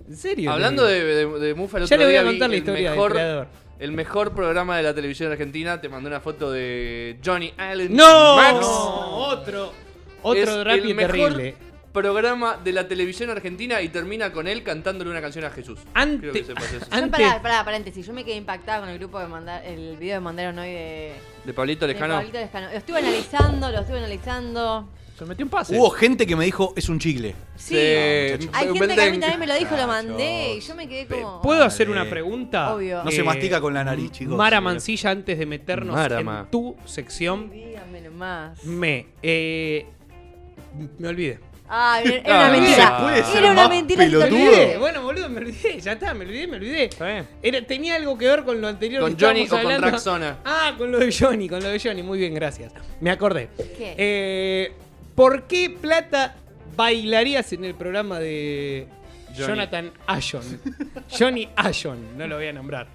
Speaker 5: ¿En serio?
Speaker 3: Hablando de, de, de Mufa, el
Speaker 5: Ya
Speaker 3: otro
Speaker 5: le voy
Speaker 3: día
Speaker 5: a
Speaker 3: vi
Speaker 5: contar la
Speaker 3: el
Speaker 5: historia del
Speaker 3: mejor,
Speaker 5: creador.
Speaker 3: el mejor programa de la televisión argentina. Te mandé una foto de Johnny Allen.
Speaker 5: ¡No!
Speaker 3: Max.
Speaker 5: No, Otro.
Speaker 3: Es
Speaker 5: Otro
Speaker 3: el
Speaker 5: rapio
Speaker 3: mejor
Speaker 5: terrible.
Speaker 3: Programa de la televisión argentina y termina con él cantándole una canción a Jesús.
Speaker 5: Ante-
Speaker 3: Creo que sepas eso.
Speaker 5: an-
Speaker 6: Yo,
Speaker 5: Antes-
Speaker 6: pará, pará, paréntesis. Yo me quedé impactada con el grupo de mandar, el video de mandaron hoy de,
Speaker 3: De Pablito
Speaker 6: de
Speaker 3: Lejano.
Speaker 6: Pablito Lescano. Lo estuve analizando, lo estuve analizando.
Speaker 5: Se metió un pase.
Speaker 7: Hubo gente que me dijo, es un chicle.
Speaker 6: Sí.
Speaker 3: Sí.
Speaker 6: Hay
Speaker 3: Un
Speaker 6: gente que a mí
Speaker 3: Belden.
Speaker 6: también me lo dijo, lo mandé
Speaker 7: Muchachos.
Speaker 6: y yo me quedé como.
Speaker 5: ¿Puedo hacer
Speaker 7: Dale.
Speaker 5: una pregunta?
Speaker 6: Obvio.
Speaker 7: No se
Speaker 5: Eh,
Speaker 7: mastica con la nariz, chicos.
Speaker 5: Mara Mancilla, antes de meternos
Speaker 3: Mara,
Speaker 5: en
Speaker 3: ma.
Speaker 5: tu sección,
Speaker 6: Dígame nomás.
Speaker 5: me. eh, me olvidé.
Speaker 6: Ay, era- era una
Speaker 3: No, no
Speaker 6: mentira.
Speaker 3: se puede ser
Speaker 6: Era una
Speaker 7: más
Speaker 6: mentira
Speaker 5: Me
Speaker 7: pelotudo.
Speaker 5: olvidé.
Speaker 6: totalmente.
Speaker 5: Bueno, boludo, me olvidé. Ya está, me olvidé, me olvidé.
Speaker 3: Está bien.
Speaker 5: Era- tenía algo que ver con lo anterior
Speaker 3: Con
Speaker 5: que
Speaker 3: Johnny o
Speaker 5: estábamos
Speaker 3: con
Speaker 5: hablando.
Speaker 3: Raxona.
Speaker 5: Ah, con lo de Johnny, con lo de Johnny. Muy bien, gracias. Me acordé.
Speaker 6: ¿Qué?
Speaker 5: Eh, ¿Por qué plata bailarías en el programa de
Speaker 3: Johnny.
Speaker 5: Jonathan Ashon? Johnny Ashon, no lo voy a nombrar.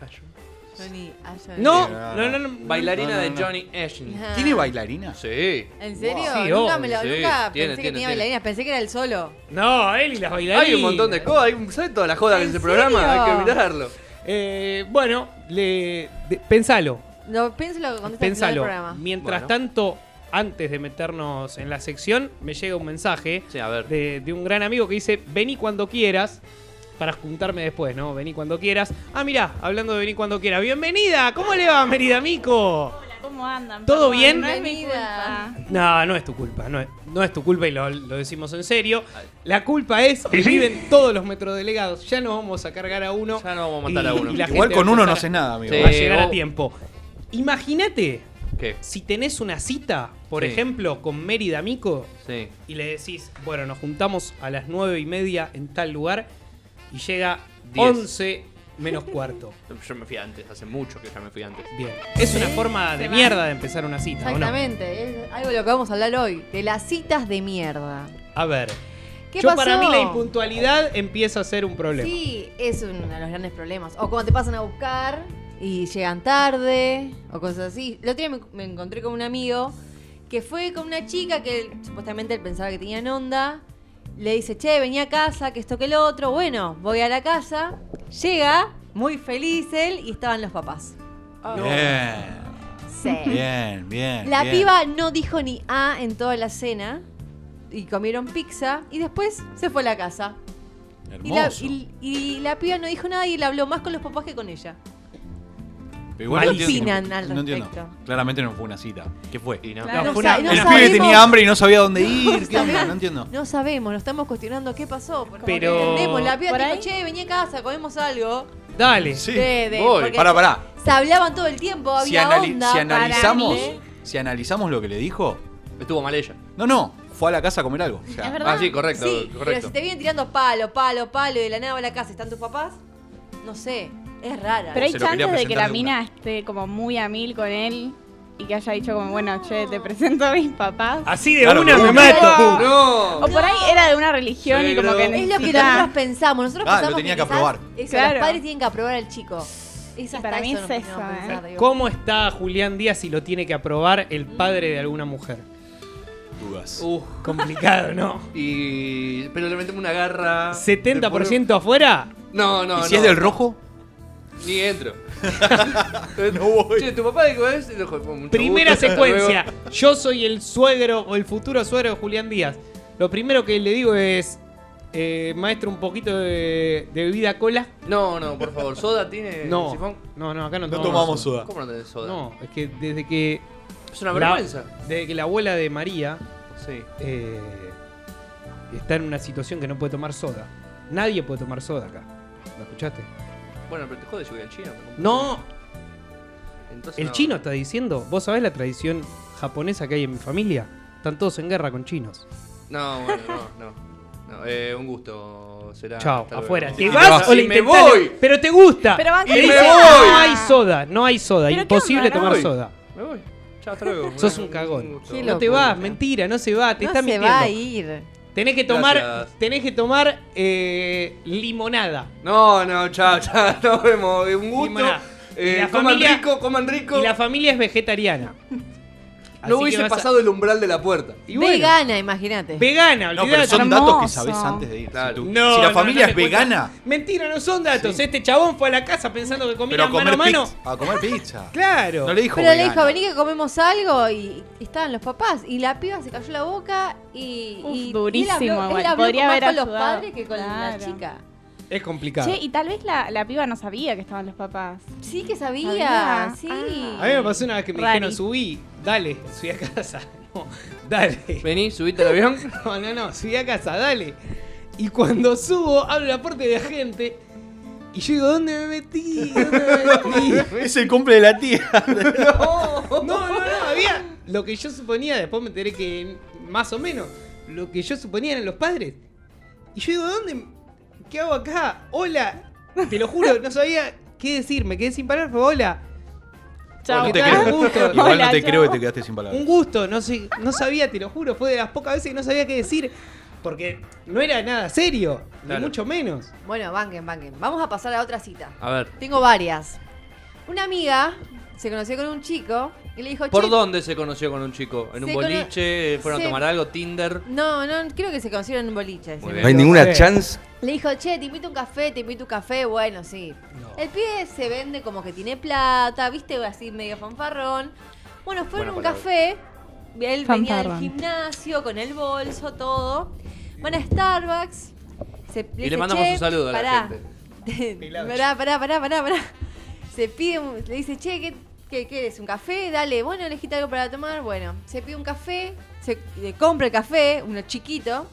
Speaker 6: Johnny, ah, Johnny.
Speaker 5: No,
Speaker 3: Eh,
Speaker 5: no, no, no.
Speaker 3: Bailarina
Speaker 7: No, no,
Speaker 3: de
Speaker 7: no.
Speaker 3: Johnny Ashton.
Speaker 6: Ajá.
Speaker 7: ¿Tiene bailarinas?
Speaker 3: Sí.
Speaker 6: ¿En serio?
Speaker 5: Sí,
Speaker 6: nunca
Speaker 5: obvio,
Speaker 6: me lo,
Speaker 3: sí.
Speaker 6: nunca
Speaker 3: Tiene,
Speaker 6: pensé
Speaker 3: tiene,
Speaker 6: que tenía
Speaker 3: tiene.
Speaker 6: bailarinas, pensé que era el solo.
Speaker 5: No, él y las bailarinas.
Speaker 3: Hay un montón de cosas. hay un- ¿Sabes todas las jodas que
Speaker 6: ¿En
Speaker 3: en ese programa? Hay que
Speaker 6: serio?
Speaker 3: mirarlo.
Speaker 5: Eh, bueno, le, de- pensalo.
Speaker 6: No, pienso lo que contesta al final del
Speaker 5: Pensalo.
Speaker 6: programa.
Speaker 5: Mientras
Speaker 3: Bueno.
Speaker 5: tanto, antes de meternos en la sección, me llega un mensaje
Speaker 3: Sí, a ver.
Speaker 5: de, de un gran amigo que dice, vení cuando quieras. Para juntarme después, ¿no? Vení cuando quieras. Ah, mirá, hablando de vení cuando quieras. ¡Bienvenida! ¿Cómo le va, Merida Mico?
Speaker 10: ¿Cómo andan?
Speaker 5: ¿Todo
Speaker 10: Perdón,
Speaker 5: bien?
Speaker 10: No es mi
Speaker 6: Bienvenida.
Speaker 10: culpa.
Speaker 5: No, no es tu culpa. No es, no es tu culpa y lo, lo decimos en serio. La culpa es que viven todos los metrodelegados. Ya no vamos a cargar a uno.
Speaker 3: Ya no vamos a matar a uno.
Speaker 5: la
Speaker 7: Igual
Speaker 5: gente
Speaker 7: con
Speaker 5: va a
Speaker 7: uno no
Speaker 5: empezar
Speaker 7: haces nada, amigo.
Speaker 3: Sí.
Speaker 5: Va a llegar a
Speaker 3: vos-
Speaker 5: tiempo. Imagínate
Speaker 3: ¿Qué?
Speaker 5: si tenés una cita, por
Speaker 3: Sí.
Speaker 5: ejemplo, con Mérida Mico
Speaker 3: Sí.
Speaker 5: y le decís, bueno, nos juntamos a las nueve y media en tal lugar y llega
Speaker 3: Diez.
Speaker 5: 11 menos cuarto.
Speaker 3: Yo me fui antes, hace mucho que ya me fui antes.
Speaker 5: Bien. Es una forma de
Speaker 10: se va.
Speaker 5: mierda de empezar una cita, ¿o no?
Speaker 6: Exactamente, es algo de lo que vamos a hablar hoy, de las citas de mierda.
Speaker 5: A ver.
Speaker 6: ¿Qué
Speaker 5: yo
Speaker 6: pasó?
Speaker 5: para mí la impuntualidad empieza a ser un problema.
Speaker 6: Sí, es uno de los grandes problemas. O cuando te pasan a buscar y llegan tarde, o cosas así. El otro día me, me encontré con un amigo que fue con una chica que él- supuestamente él pensaba que tenían onda. Le dice, che, venía a casa, que esto que el otro. Bueno, voy a la casa. Llega, muy feliz él, y estaban los papás.
Speaker 7: Ah. Bien,
Speaker 6: Sí.
Speaker 7: bien, bien.
Speaker 6: La
Speaker 7: bien.
Speaker 6: piba no dijo ni A en toda la cena. Y comieron pizza. Y después se fue a la casa. Y la,
Speaker 7: Hermoso.
Speaker 6: y, y la piba no dijo nada y le habló más con los papás que con ella.
Speaker 7: Pero igual no
Speaker 5: ¿Qué
Speaker 7: entiendo.
Speaker 6: opinan al
Speaker 7: No entiendo.
Speaker 6: respecto?
Speaker 7: Claramente no fue una cita. ¿Qué fue?
Speaker 3: Y no.
Speaker 10: Claro.
Speaker 5: No,
Speaker 6: No
Speaker 5: fue una-
Speaker 6: sa- no
Speaker 5: una-
Speaker 7: El
Speaker 6: sabemos.
Speaker 7: pibe tenía hambre y no sabía dónde ir. ¿Qué onda?
Speaker 6: sabemos.
Speaker 7: No entiendo.
Speaker 6: No sabemos, nos estamos cuestionando qué pasó. porque
Speaker 5: Pero-
Speaker 6: no entendemos. La piba
Speaker 10: ¿Por
Speaker 6: dijo,
Speaker 10: ahí?
Speaker 6: che, vení a casa, comemos algo.
Speaker 5: Dale.
Speaker 7: Sí.
Speaker 6: de, de-
Speaker 3: voy.
Speaker 6: porque
Speaker 7: Pará, pará.
Speaker 6: Se hablaban todo el tiempo,
Speaker 7: Si,
Speaker 6: había
Speaker 7: anali-
Speaker 6: onda.
Speaker 7: si
Speaker 6: para
Speaker 7: analizamos,
Speaker 6: mí.
Speaker 7: si analizamos lo que le dijo,
Speaker 3: Estuvo mal ella.
Speaker 7: no, no, fue a la casa a comer algo. O sea,
Speaker 10: Es verdad.
Speaker 3: Ah, sí, correcto,
Speaker 6: Sí, pero
Speaker 3: correcto.
Speaker 6: si te vienen tirando palo, palo, palo y de la nada va a la casa, ¿están tus papás? No sé, es rara.
Speaker 10: Pero hay
Speaker 7: Se lo quería
Speaker 10: chances de
Speaker 7: presentar
Speaker 10: que la
Speaker 7: de una.
Speaker 10: mina esté como muy a mil con él y que haya dicho como, bueno, *laughs* che, te presento a mis papás.
Speaker 5: Así de
Speaker 7: Claro,
Speaker 5: una me
Speaker 7: pero-
Speaker 5: mato.
Speaker 3: ¡No!
Speaker 10: O por ahí era de una religión y como que
Speaker 3: Suegro.
Speaker 6: es lo que
Speaker 10: necesita-
Speaker 6: nosotros pensamos. Nosotros
Speaker 7: Ah, lo
Speaker 6: pensamos
Speaker 7: tenía que
Speaker 6: quizás
Speaker 7: aprobar.
Speaker 6: eso,
Speaker 10: Claro.
Speaker 6: Los padres tienen que aprobar al chico. Es hasta
Speaker 10: para mí
Speaker 6: eso
Speaker 10: es
Speaker 6: nos
Speaker 10: eso,
Speaker 6: ponemos a
Speaker 10: ¿eh?
Speaker 6: pensar, digo.
Speaker 5: ¿Cómo está Julián Díaz si lo tiene que aprobar el padre de alguna mujer?
Speaker 7: dudas.
Speaker 3: Uf.
Speaker 5: Complicado, ¿no?
Speaker 3: *laughs* Y. Pero le metemos una garra. de
Speaker 5: 70% afuera.
Speaker 3: por- No, no,
Speaker 7: ¿Y
Speaker 3: no.
Speaker 7: si es del rojo?
Speaker 3: Ni
Speaker 5: *laughs*
Speaker 3: entro. no voy. Che, tu papá de qué es. Y le dijo, con mucho
Speaker 5: Primera
Speaker 3: gusto, hasta *laughs*
Speaker 5: secuencia.
Speaker 3: luego.
Speaker 5: Yo soy el suegro o el futuro suegro de Julián Díaz. Lo primero que le digo es, eh, maestro, un poquito de, de bebida cola.
Speaker 3: No, no, por favor. ¿Soda
Speaker 5: *laughs*
Speaker 3: tiene
Speaker 5: No,
Speaker 3: Eh, sifón?
Speaker 5: no, no, acá no,
Speaker 7: No tomamos soda.
Speaker 3: ¿Cómo no tenés soda?
Speaker 5: No, es que desde que
Speaker 3: Es una
Speaker 5: La-
Speaker 3: vergüenza.
Speaker 5: desde que la abuela de María
Speaker 7: Sí.
Speaker 5: eh, está en una situación que no puede tomar soda. Nadie puede tomar soda acá. ¿Lo escuchaste?
Speaker 3: Bueno, pero te jode, yo voy al chino. me compro-
Speaker 5: No,
Speaker 3: Entonces
Speaker 5: el
Speaker 3: no.
Speaker 5: chino está diciendo, vos sabés la tradición japonesa que hay en mi familia. Están todos en guerra con
Speaker 7: Ah,
Speaker 5: chinos.
Speaker 3: No, bueno, no, no. no eh, un gusto. Será.
Speaker 5: Chao,
Speaker 3: Hasta luego.
Speaker 5: afuera. ¿Te
Speaker 3: Y
Speaker 5: vas
Speaker 3: me-
Speaker 5: o le
Speaker 3: y me
Speaker 5: intentás-
Speaker 3: voy.
Speaker 5: Pero te gusta.
Speaker 10: Pero van
Speaker 3: Y me
Speaker 10: dicen,
Speaker 3: voy.
Speaker 5: No
Speaker 10: "Ah".
Speaker 5: hay soda, no hay soda.
Speaker 10: Pero qué
Speaker 5: Imposible
Speaker 10: onda,
Speaker 5: tomar
Speaker 3: ¿no?
Speaker 5: soda.
Speaker 3: Me voy. Chao, hasta luego.
Speaker 5: Sos un cagón.
Speaker 3: gusto.
Speaker 6: Qué
Speaker 5: No te
Speaker 6: locura.
Speaker 5: vas, mentira, no se va, te
Speaker 6: no
Speaker 5: está
Speaker 6: se
Speaker 5: mintiendo.
Speaker 6: va a ir.
Speaker 5: Tenés que tomar,
Speaker 3: Gracias.
Speaker 5: tenés que tomar eh, limonada.
Speaker 3: No, no, chao, chao. Nos vemos. Un gusto.
Speaker 5: Limonada.
Speaker 3: Eh,
Speaker 5: Y la
Speaker 3: coman
Speaker 5: familia-
Speaker 3: rico, coman rico.
Speaker 5: Y la familia es vegetariana. Así
Speaker 3: No
Speaker 5: que
Speaker 3: hubiese
Speaker 5: vas a-
Speaker 3: pasado el umbral de la puerta.
Speaker 5: Y bueno,
Speaker 6: Vegana, imagínate.
Speaker 5: Vegana,
Speaker 7: No, pero
Speaker 5: olvidate.
Speaker 7: son
Speaker 10: hermoso.
Speaker 7: datos que sabés antes de ir.
Speaker 4: Claro.
Speaker 7: Si, tú-
Speaker 5: No,
Speaker 7: si la
Speaker 5: no,
Speaker 7: familia
Speaker 5: no
Speaker 7: es
Speaker 5: me cuenta-
Speaker 7: vegana,
Speaker 5: Mentira, no son datos. Este chabón fue a la casa pensando que
Speaker 7: pero
Speaker 5: comían
Speaker 7: a
Speaker 5: mano a
Speaker 7: comer
Speaker 5: mano.
Speaker 7: pizza. A comer pizza.
Speaker 5: Claro.
Speaker 7: No le dijo
Speaker 6: Pero le
Speaker 7: vegana.
Speaker 6: dijo, vení que comemos algo y estaban los papás. Y la piba se cayó la boca y.
Speaker 10: Uf,
Speaker 6: y- y
Speaker 10: durísimo,
Speaker 6: él habló, él
Speaker 10: igual.
Speaker 6: habló
Speaker 10: Podría
Speaker 6: más
Speaker 10: haber
Speaker 6: con los
Speaker 10: ayudado.
Speaker 6: padres que con la
Speaker 10: Claro.
Speaker 6: chica.
Speaker 5: Es complicado.
Speaker 10: Che, y tal vez la, la piba no sabía que estaban los papás.
Speaker 6: Sí que sabía,
Speaker 10: Sabía.
Speaker 6: sí.
Speaker 10: Ah.
Speaker 5: A mí me pasó una vez que me
Speaker 10: Rari.
Speaker 5: dijeron, subí, dale, subí a casa. *laughs* No, dale.
Speaker 3: Vení, subiste al avión.
Speaker 5: No, no, no, subí a casa, dale. Y cuando subo, abro la puerta de gente. Y yo digo, ¿dónde me metí? ¿Dónde
Speaker 10: *laughs*
Speaker 5: me metí?
Speaker 7: Es el cumple de la tía.
Speaker 5: No, no, no, había lo que yo suponía, después me enteré que más o menos, lo que yo suponía eran los padres. Y yo digo, ¿dónde? ¿Qué hago acá? Hola. Te lo juro, no sabía qué decir, me quedé sin parar, fue hola.
Speaker 10: Chao.
Speaker 7: no te
Speaker 5: tal?
Speaker 7: creo.
Speaker 5: Un gusto.
Speaker 10: *laughs*
Speaker 7: Igual
Speaker 10: Hola,
Speaker 7: no te
Speaker 10: chao.
Speaker 7: creo que te quedaste sin palabras.
Speaker 5: Un gusto, no sé, no sabía, te lo juro, fue de las pocas veces que no sabía qué decir, porque no era nada serio,
Speaker 3: Claro.
Speaker 5: ni mucho menos.
Speaker 6: Bueno, banquen, banquen. Vamos a pasar a otra cita.
Speaker 3: A ver.
Speaker 6: Tengo varias. Una amiga se conoció con un chico y le dijo,
Speaker 3: ¿Por
Speaker 6: "Che,
Speaker 3: dónde se conoció con un chico? ¿En un
Speaker 6: Se cono-
Speaker 3: boliche? ¿Fueron
Speaker 6: se-
Speaker 3: a tomar algo? ¿Tinder?
Speaker 6: No, no, creo que se conocieron en un boliche. si
Speaker 3: Muy bien.
Speaker 6: no me
Speaker 3: hay
Speaker 6: equivoco.
Speaker 5: ninguna
Speaker 4: chance.
Speaker 6: Le dijo, che, te invito a un café, te invito a un café, bueno, sí. El pibe se vende como que tiene plata, viste, así medio fanfarrón. Bueno, fueron a un
Speaker 3: Buena palabra.
Speaker 6: café, él venía del
Speaker 10: Fanfarrón.
Speaker 6: gimnasio con el bolso, todo. Van a Starbucks. se-
Speaker 3: Y
Speaker 6: dice,
Speaker 3: le mandamos
Speaker 6: "Che,
Speaker 3: un saludo a la
Speaker 6: pará".
Speaker 3: gente.
Speaker 6: *laughs* pará, pará, pará, pará, pará. Se pide, un- le dice, che, ¿qué, qué quieres? ¿Un café? Dale, bueno, elegiste algo para tomar. Bueno, se pide un café, se le compra el café, uno chiquito.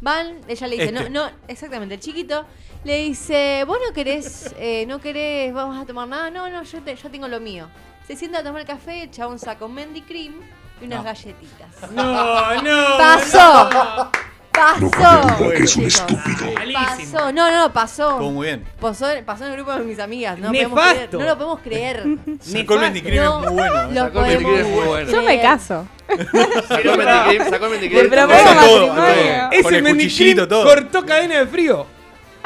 Speaker 6: Van, ella le dice,
Speaker 7: Este.
Speaker 6: no, no, exactamente, el chiquito. Le dice, vos no querés, eh, no querés, vamos a tomar nada. No, no, yo, te- yo tengo lo mío. Se sienta a tomar el café, el chabón saca un Mendy Cream y unas galletitas.
Speaker 5: *laughs* No, no.
Speaker 6: ¡Pasó! ¡Pasó!
Speaker 9: es un
Speaker 6: chicos.
Speaker 5: Malísimo.
Speaker 6: Pasó, no, no, pasó.
Speaker 7: Estuvo muy bien.
Speaker 6: Pasó, pasó en el grupo de mis amigas. No,
Speaker 5: Nefasto.
Speaker 6: podemos creer, no lo podemos
Speaker 5: *laughs*
Speaker 6: creer.
Speaker 7: Sacó el mendicrime
Speaker 6: No.
Speaker 7: muy
Speaker 5: ¿eh?
Speaker 7: bueno. ¿eh?
Speaker 6: Lo
Speaker 3: Sacó el
Speaker 6: podemos
Speaker 3: mendigre, muy bueno.
Speaker 10: Yo me
Speaker 6: creer.
Speaker 10: caso.
Speaker 3: Sacó el mendigre, sacó el mendigre.
Speaker 10: Le propongo
Speaker 7: Eso todo,
Speaker 10: matrimonio.
Speaker 7: Con
Speaker 5: Ese
Speaker 7: el
Speaker 5: mendicrip
Speaker 7: cuchillito, todo.
Speaker 5: cortó cadena de frío.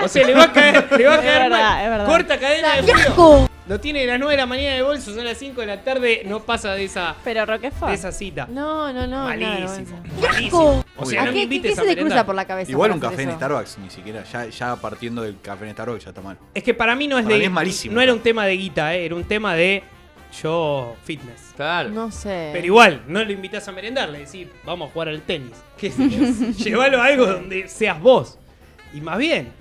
Speaker 5: O sea, le va
Speaker 6: *laughs*
Speaker 5: a caer, le va a
Speaker 10: Es
Speaker 5: caer
Speaker 10: verdad,
Speaker 5: mal.
Speaker 10: es verdad.
Speaker 5: Corta cadena de frío.
Speaker 6: ¡Yacu!
Speaker 5: Lo tiene de las 9 de la mañana en el bolso, son las 5 de la tarde, no pasa de esa,
Speaker 10: Pero
Speaker 5: de
Speaker 10: Roquefort.
Speaker 5: esa cita.
Speaker 6: Ah. No, no, no.
Speaker 5: Malísimo.
Speaker 6: ¡Yacu!
Speaker 5: O
Speaker 7: Muy
Speaker 5: sea,
Speaker 7: bien.
Speaker 5: no me
Speaker 6: ¿A qué, qué, qué
Speaker 5: invites a
Speaker 6: se te
Speaker 5: merendar.
Speaker 6: cruza por la cabeza?
Speaker 7: Igual
Speaker 6: para
Speaker 7: un
Speaker 6: hacer
Speaker 7: café
Speaker 6: eso?
Speaker 7: en Starbucks, ni siquiera. Ya, ya partiendo del café en Starbucks ya está mal.
Speaker 5: Es que para mí no es
Speaker 7: Para
Speaker 5: de
Speaker 7: mí es malísimo.
Speaker 5: no era un tema de guita, eh, era un tema de yo fitness.
Speaker 3: Claro.
Speaker 6: No sé.
Speaker 5: Pero igual, no lo invitas a merendar, le decís, vamos a jugar al tenis. *laughs* ¿Qué sé yo? Llévalo a algo donde seas vos. Y más bien,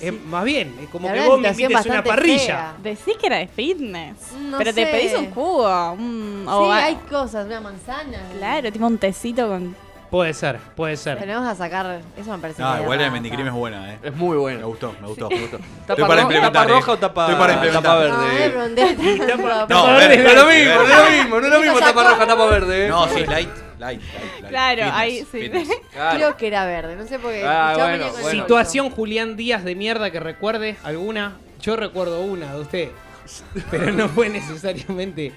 Speaker 5: es más bien, es como
Speaker 6: La
Speaker 5: que
Speaker 6: verdad,
Speaker 5: vos me
Speaker 6: situación
Speaker 5: invites a una
Speaker 6: bastante
Speaker 5: parrilla.
Speaker 6: fea.
Speaker 10: Decís que era de fitness.
Speaker 6: No
Speaker 10: pero
Speaker 6: sé.
Speaker 10: te pedís un jugo. un- o
Speaker 6: sí,
Speaker 10: a-
Speaker 6: hay cosas, una manzana.
Speaker 10: Claro, tipo un tecito con.
Speaker 5: Puede ser, puede ser.
Speaker 6: Tenemos a sacar. Eso me
Speaker 11: Ah,
Speaker 6: parece.
Speaker 7: No,
Speaker 6: medio
Speaker 7: igual la
Speaker 6: raro.
Speaker 7: mendicrime es buena, eh.
Speaker 3: Es muy
Speaker 7: Me
Speaker 3: bueno.
Speaker 7: gustó, me gustó.
Speaker 3: ¿Tapa,
Speaker 7: para
Speaker 3: ro-
Speaker 7: implementar,
Speaker 3: tapa
Speaker 7: eh.
Speaker 3: roja o tapa,
Speaker 7: Estoy para implementar.
Speaker 3: tapa
Speaker 6: No, es
Speaker 3: verde? *laughs*
Speaker 6: rondeta.
Speaker 7: No,
Speaker 5: Tapa
Speaker 7: verde,
Speaker 5: verde.
Speaker 3: No es lo mismo, no es lo
Speaker 7: verde, verde.
Speaker 3: mismo, no es lo mismo
Speaker 6: Chicos,
Speaker 3: tapa
Speaker 6: sacó-
Speaker 3: roja, tapa verde.
Speaker 7: No, sí, light, light, light. light.
Speaker 10: Claro,
Speaker 7: Fitness,
Speaker 10: ahí sí.
Speaker 7: fitness.
Speaker 3: Claro.
Speaker 6: Creo que era verde, no sé por qué.
Speaker 3: Ah,
Speaker 6: Yo
Speaker 3: bueno,
Speaker 6: venía con el
Speaker 3: bueno.
Speaker 6: bolso.
Speaker 5: Situación Julián Díaz de mierda que recuerde alguna. Yo recuerdo una de usted, *laughs* pero no fue necesariamente.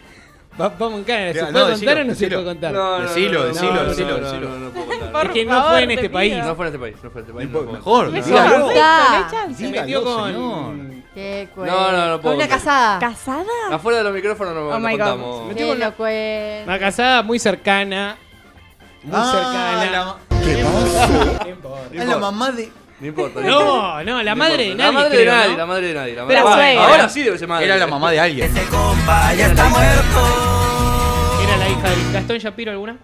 Speaker 5: Va- vamos en cara, ¿se
Speaker 7: Ya,
Speaker 5: puede
Speaker 7: no,
Speaker 5: contar
Speaker 7: decilo,
Speaker 5: o no se
Speaker 7: decilo.
Speaker 5: puede contar?
Speaker 3: No, no,
Speaker 7: Decilo,
Speaker 3: no, no,
Speaker 7: decilo,
Speaker 3: no,
Speaker 7: decilo,
Speaker 3: no,
Speaker 7: decilo.
Speaker 3: No, no, no puedo contar.
Speaker 5: Es que no
Speaker 10: favor,
Speaker 5: fue en
Speaker 10: te
Speaker 5: este país.
Speaker 10: pido.
Speaker 3: No fuera este país, no fuera este país.
Speaker 7: No
Speaker 3: no
Speaker 7: importa,
Speaker 3: puedo
Speaker 7: Mejor,
Speaker 10: No,
Speaker 6: Dígalo.
Speaker 7: dígalo.
Speaker 10: no hay
Speaker 7: Sí,
Speaker 10: chance.
Speaker 5: Se metió
Speaker 7: dígalo,
Speaker 5: con-
Speaker 7: señor.
Speaker 6: Qué
Speaker 3: No,
Speaker 6: cuento.
Speaker 3: no, no
Speaker 6: Con
Speaker 3: puedo
Speaker 6: una
Speaker 3: creer.
Speaker 6: casada.
Speaker 10: ¿Casada?
Speaker 3: contar. Afuera de los micrófonos no,
Speaker 10: Oh
Speaker 3: no
Speaker 10: my God.
Speaker 3: contamos.
Speaker 6: Qué lo cuento.
Speaker 3: *laughs*
Speaker 5: Una casada muy cercana. Muy cercana.
Speaker 7: Ah, la, la mamá de.
Speaker 3: No importa.
Speaker 5: No, no, la madre de
Speaker 3: importa. La
Speaker 5: nadie.
Speaker 3: madre de
Speaker 5: creo,
Speaker 3: nadie,
Speaker 5: ¿no?
Speaker 3: la madre de nadie. la
Speaker 10: Pero
Speaker 3: madre-
Speaker 10: suegra.
Speaker 3: Ahora sí debe ser madre.
Speaker 7: Era la mamá de alguien.
Speaker 5: Era la hija de Gastón Shapiro alguna.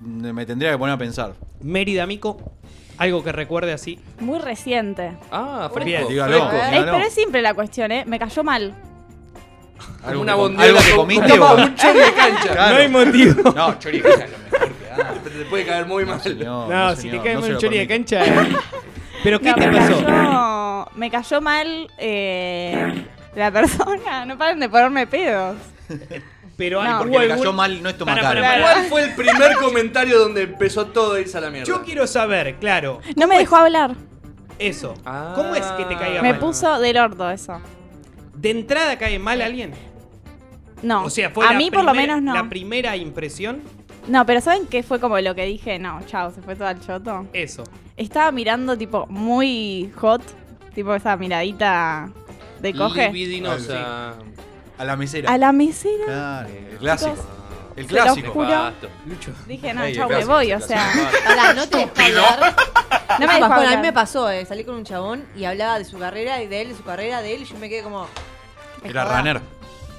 Speaker 7: Me tendría que poner a pensar.
Speaker 5: Mérida Mico. Algo que recuerde así.
Speaker 10: Muy reciente.
Speaker 3: Ah,
Speaker 5: Bien,
Speaker 3: fresco.
Speaker 4: *laughs*
Speaker 3: fresco.
Speaker 7: Dígalo,
Speaker 6: Ah,
Speaker 10: Es- pero
Speaker 7: dígalo.
Speaker 10: es simple la cuestión, ¿eh? Me cayó mal.
Speaker 7: Algo
Speaker 3: Una
Speaker 7: que com-
Speaker 3: bondiola
Speaker 7: algo que
Speaker 3: con-
Speaker 7: comiste
Speaker 3: con
Speaker 7: o-
Speaker 3: un chorro de cancha.
Speaker 5: *laughs*
Speaker 7: Claro.
Speaker 5: motivo.
Speaker 7: No, chorizo es lo mejor que hay.
Speaker 4: Ah, Te, te puede caer muy mal.
Speaker 7: Señor,
Speaker 5: No, si
Speaker 7: señor,
Speaker 5: te cae
Speaker 7: no se lo
Speaker 5: Monchori de
Speaker 7: permito.
Speaker 5: cancha. eh. *laughs* ¿Pero qué
Speaker 10: No,
Speaker 5: te
Speaker 10: me,
Speaker 5: pasó?
Speaker 10: cayó, me cayó mal eh, la persona. No paren de ponerme pedos.
Speaker 5: Pero
Speaker 10: No.
Speaker 5: hubo
Speaker 7: Porque le cayó
Speaker 5: algún-
Speaker 7: mal, no es
Speaker 5: Pará, pará,
Speaker 7: tomacana.
Speaker 5: pará.
Speaker 4: ¿Cuál fue el primer comentario donde empezó todo a irse a la mierda?
Speaker 5: Yo quiero saber, claro,
Speaker 10: No me dejó hablar.
Speaker 5: eso.
Speaker 4: Ah.
Speaker 5: ¿Cómo es que te caiga
Speaker 10: Me
Speaker 5: mal?
Speaker 10: puso del orto eso.
Speaker 5: ¿De entrada cae mal alguien?
Speaker 10: No.
Speaker 5: O sea, fue
Speaker 10: a
Speaker 5: la
Speaker 10: mí por lo
Speaker 5: primera-
Speaker 10: menos no.
Speaker 5: La primera impresión,
Speaker 10: No, pero ¿saben qué fue como lo que dije? No, chao, se fue todo al choto.
Speaker 5: eso.
Speaker 10: Estaba mirando tipo muy hot, tipo esa miradita de coge.
Speaker 4: Libidinosa.
Speaker 7: A la mesera.
Speaker 10: A la mesera
Speaker 7: Claro, el clásico. El
Speaker 10: Se los
Speaker 7: clásico.
Speaker 10: juro.
Speaker 4: Pasto.
Speaker 10: dije, no,
Speaker 7: Ey,
Speaker 10: chao, me
Speaker 7: gracias,
Speaker 10: voy, o
Speaker 7: gracias.
Speaker 10: sea,
Speaker 6: Pará, no te dejó hablar.
Speaker 10: no me
Speaker 6: Ah,
Speaker 10: dejó
Speaker 6: bueno, a mí me
Speaker 10: hablar.
Speaker 6: pasó, eh, salí con un chabón y hablaba de su carrera y de él, de su carrera, de él, y yo me quedé como. me
Speaker 11: Era
Speaker 6: jodas.
Speaker 11: runner.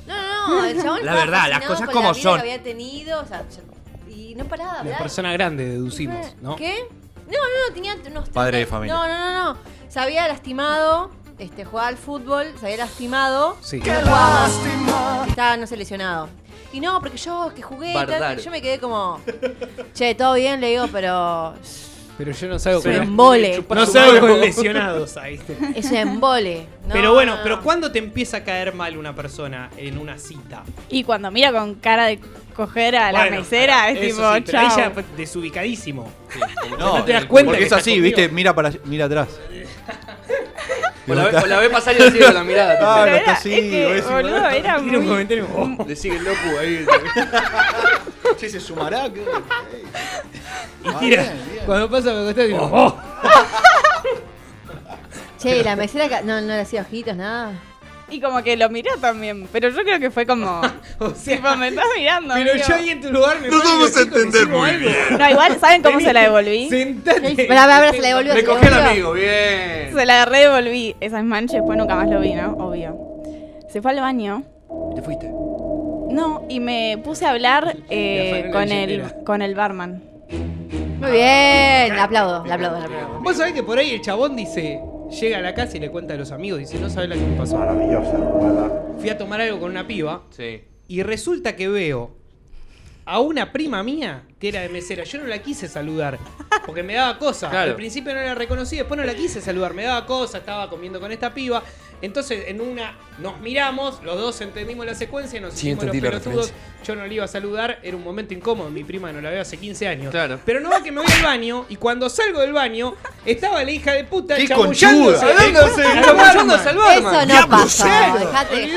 Speaker 6: No, no, no, el chabón.
Speaker 11: La
Speaker 6: estaba
Speaker 11: verdad, las
Speaker 6: fascinado
Speaker 11: cosas
Speaker 6: con
Speaker 11: como
Speaker 6: la vida
Speaker 11: son.
Speaker 6: Que había tenido, o sea, yo- y no paraba de
Speaker 5: La
Speaker 6: hablar.
Speaker 5: persona grande, deducimos, ¿no?
Speaker 6: ¿Qué? No, no, no, tenía unos
Speaker 11: Padre de
Speaker 6: 30
Speaker 11: familia.
Speaker 6: No, no, no, no. Se había lastimado, este, jugaba al fútbol, se había lastimado.
Speaker 5: Sí.
Speaker 6: Estaba, no sé, lesionado. Y no, porque yo que jugué, y tal,
Speaker 4: Bardar.
Speaker 6: yo me quedé como. Che, todo bien, le digo, pero.
Speaker 5: Pero yo no salgo
Speaker 6: Es un
Speaker 5: con,
Speaker 6: embole.
Speaker 5: no salgo con lesionados
Speaker 10: *laughs*
Speaker 5: ahí.
Speaker 6: Es un embole. No,
Speaker 5: pero bueno,
Speaker 6: no,
Speaker 5: pero
Speaker 6: no.
Speaker 5: ¿cuándo te empieza a caer mal una persona en una cita?
Speaker 10: Y cuando mira con cara de coger a la
Speaker 5: Bueno, ah,
Speaker 10: mesera, es
Speaker 5: eso
Speaker 10: tipo,
Speaker 5: sí, pero
Speaker 10: chao.
Speaker 5: Ella fue desubicadísimo.
Speaker 7: No,
Speaker 5: te das cuenta
Speaker 7: Porque
Speaker 5: que
Speaker 7: es
Speaker 5: está
Speaker 7: así,
Speaker 5: conmigo.
Speaker 7: viste, mira para allá- mira atrás.
Speaker 4: O la, ve, o la ve pasar y así con la mirada.
Speaker 7: Ah, no,
Speaker 10: Pero era,
Speaker 7: está
Speaker 10: es
Speaker 7: así,
Speaker 10: que,
Speaker 7: buenísimo,
Speaker 10: boludo,
Speaker 7: ¿verdad?
Speaker 10: era
Speaker 5: Tiene un
Speaker 10: muy...
Speaker 5: comentario. oh,
Speaker 4: tipo. Le sigue el loco ahí.
Speaker 7: Che, se sumará. ¿Qué?
Speaker 5: y
Speaker 11: Ah,
Speaker 5: *laughs* tira.
Speaker 7: bien, bien.
Speaker 5: Cuando pasa me costó digo, oh,
Speaker 6: Che, la mesera. ca- No, no le hacía ojitos, nada.
Speaker 10: Y como que lo miró también, pero yo creo que fue como,
Speaker 5: *laughs* o
Speaker 10: tipo,
Speaker 5: sea,
Speaker 10: me estás mirando,
Speaker 5: pero
Speaker 10: amigo.
Speaker 5: yo ahí en tu lugar me
Speaker 11: No
Speaker 5: pongo,
Speaker 11: vamos a
Speaker 5: "Chicos,
Speaker 11: entender
Speaker 5: hicimos
Speaker 11: muy
Speaker 5: algo".
Speaker 11: bien.
Speaker 10: No, igual, ¿saben cómo se la
Speaker 5: *laughs*
Speaker 10: devolví?
Speaker 5: Sentate.
Speaker 6: Pará, pará, pará, se la devolvió.
Speaker 4: Le
Speaker 6: se la
Speaker 4: cogió al
Speaker 6: devolvió.
Speaker 4: amigo, bien.
Speaker 10: Se la revolví esas manchas, después nunca más lo vi, ¿no? Obvio. Se fue al baño.
Speaker 4: Te fuiste.
Speaker 10: No, y me puse a hablar eh,
Speaker 5: Le afanó la
Speaker 10: con, el,
Speaker 5: billetera.
Speaker 10: con el barman.
Speaker 6: Muy bien, la aplaudo, la aplaudo, la aplaudo.
Speaker 5: Vos sabés que por ahí el chabón dice, llega a la casa y le cuenta a los amigos, dice, no sabés la que me pasó. Maravillosa Fui a tomar algo con una piba
Speaker 4: Sí.
Speaker 5: y resulta que veo a una prima mía que era de mesera. Yo no la quise saludar porque me daba cosa.
Speaker 4: Claro.
Speaker 5: Al principio no la reconocí, después no la quise saludar, me daba cosa, estaba comiendo con esta piba. Entonces en una nos miramos, los dos entendimos la secuencia, y nos
Speaker 4: Sí,
Speaker 5: hicimos los
Speaker 4: entendí la
Speaker 5: pelotudos. Yo no le iba a saludar, era un momento incómodo, mi prima no la veo hace 15 años.
Speaker 4: Claro.
Speaker 5: Pero no va que me voy al baño y cuando salgo del baño estaba la hija de puta
Speaker 7: ¡Qué
Speaker 5: chamullándose.
Speaker 7: conchuda!
Speaker 4: Hablándose,
Speaker 5: Chamullándose.
Speaker 4: hablándose al
Speaker 6: Eso
Speaker 4: barman.
Speaker 6: no pasa. Dejate.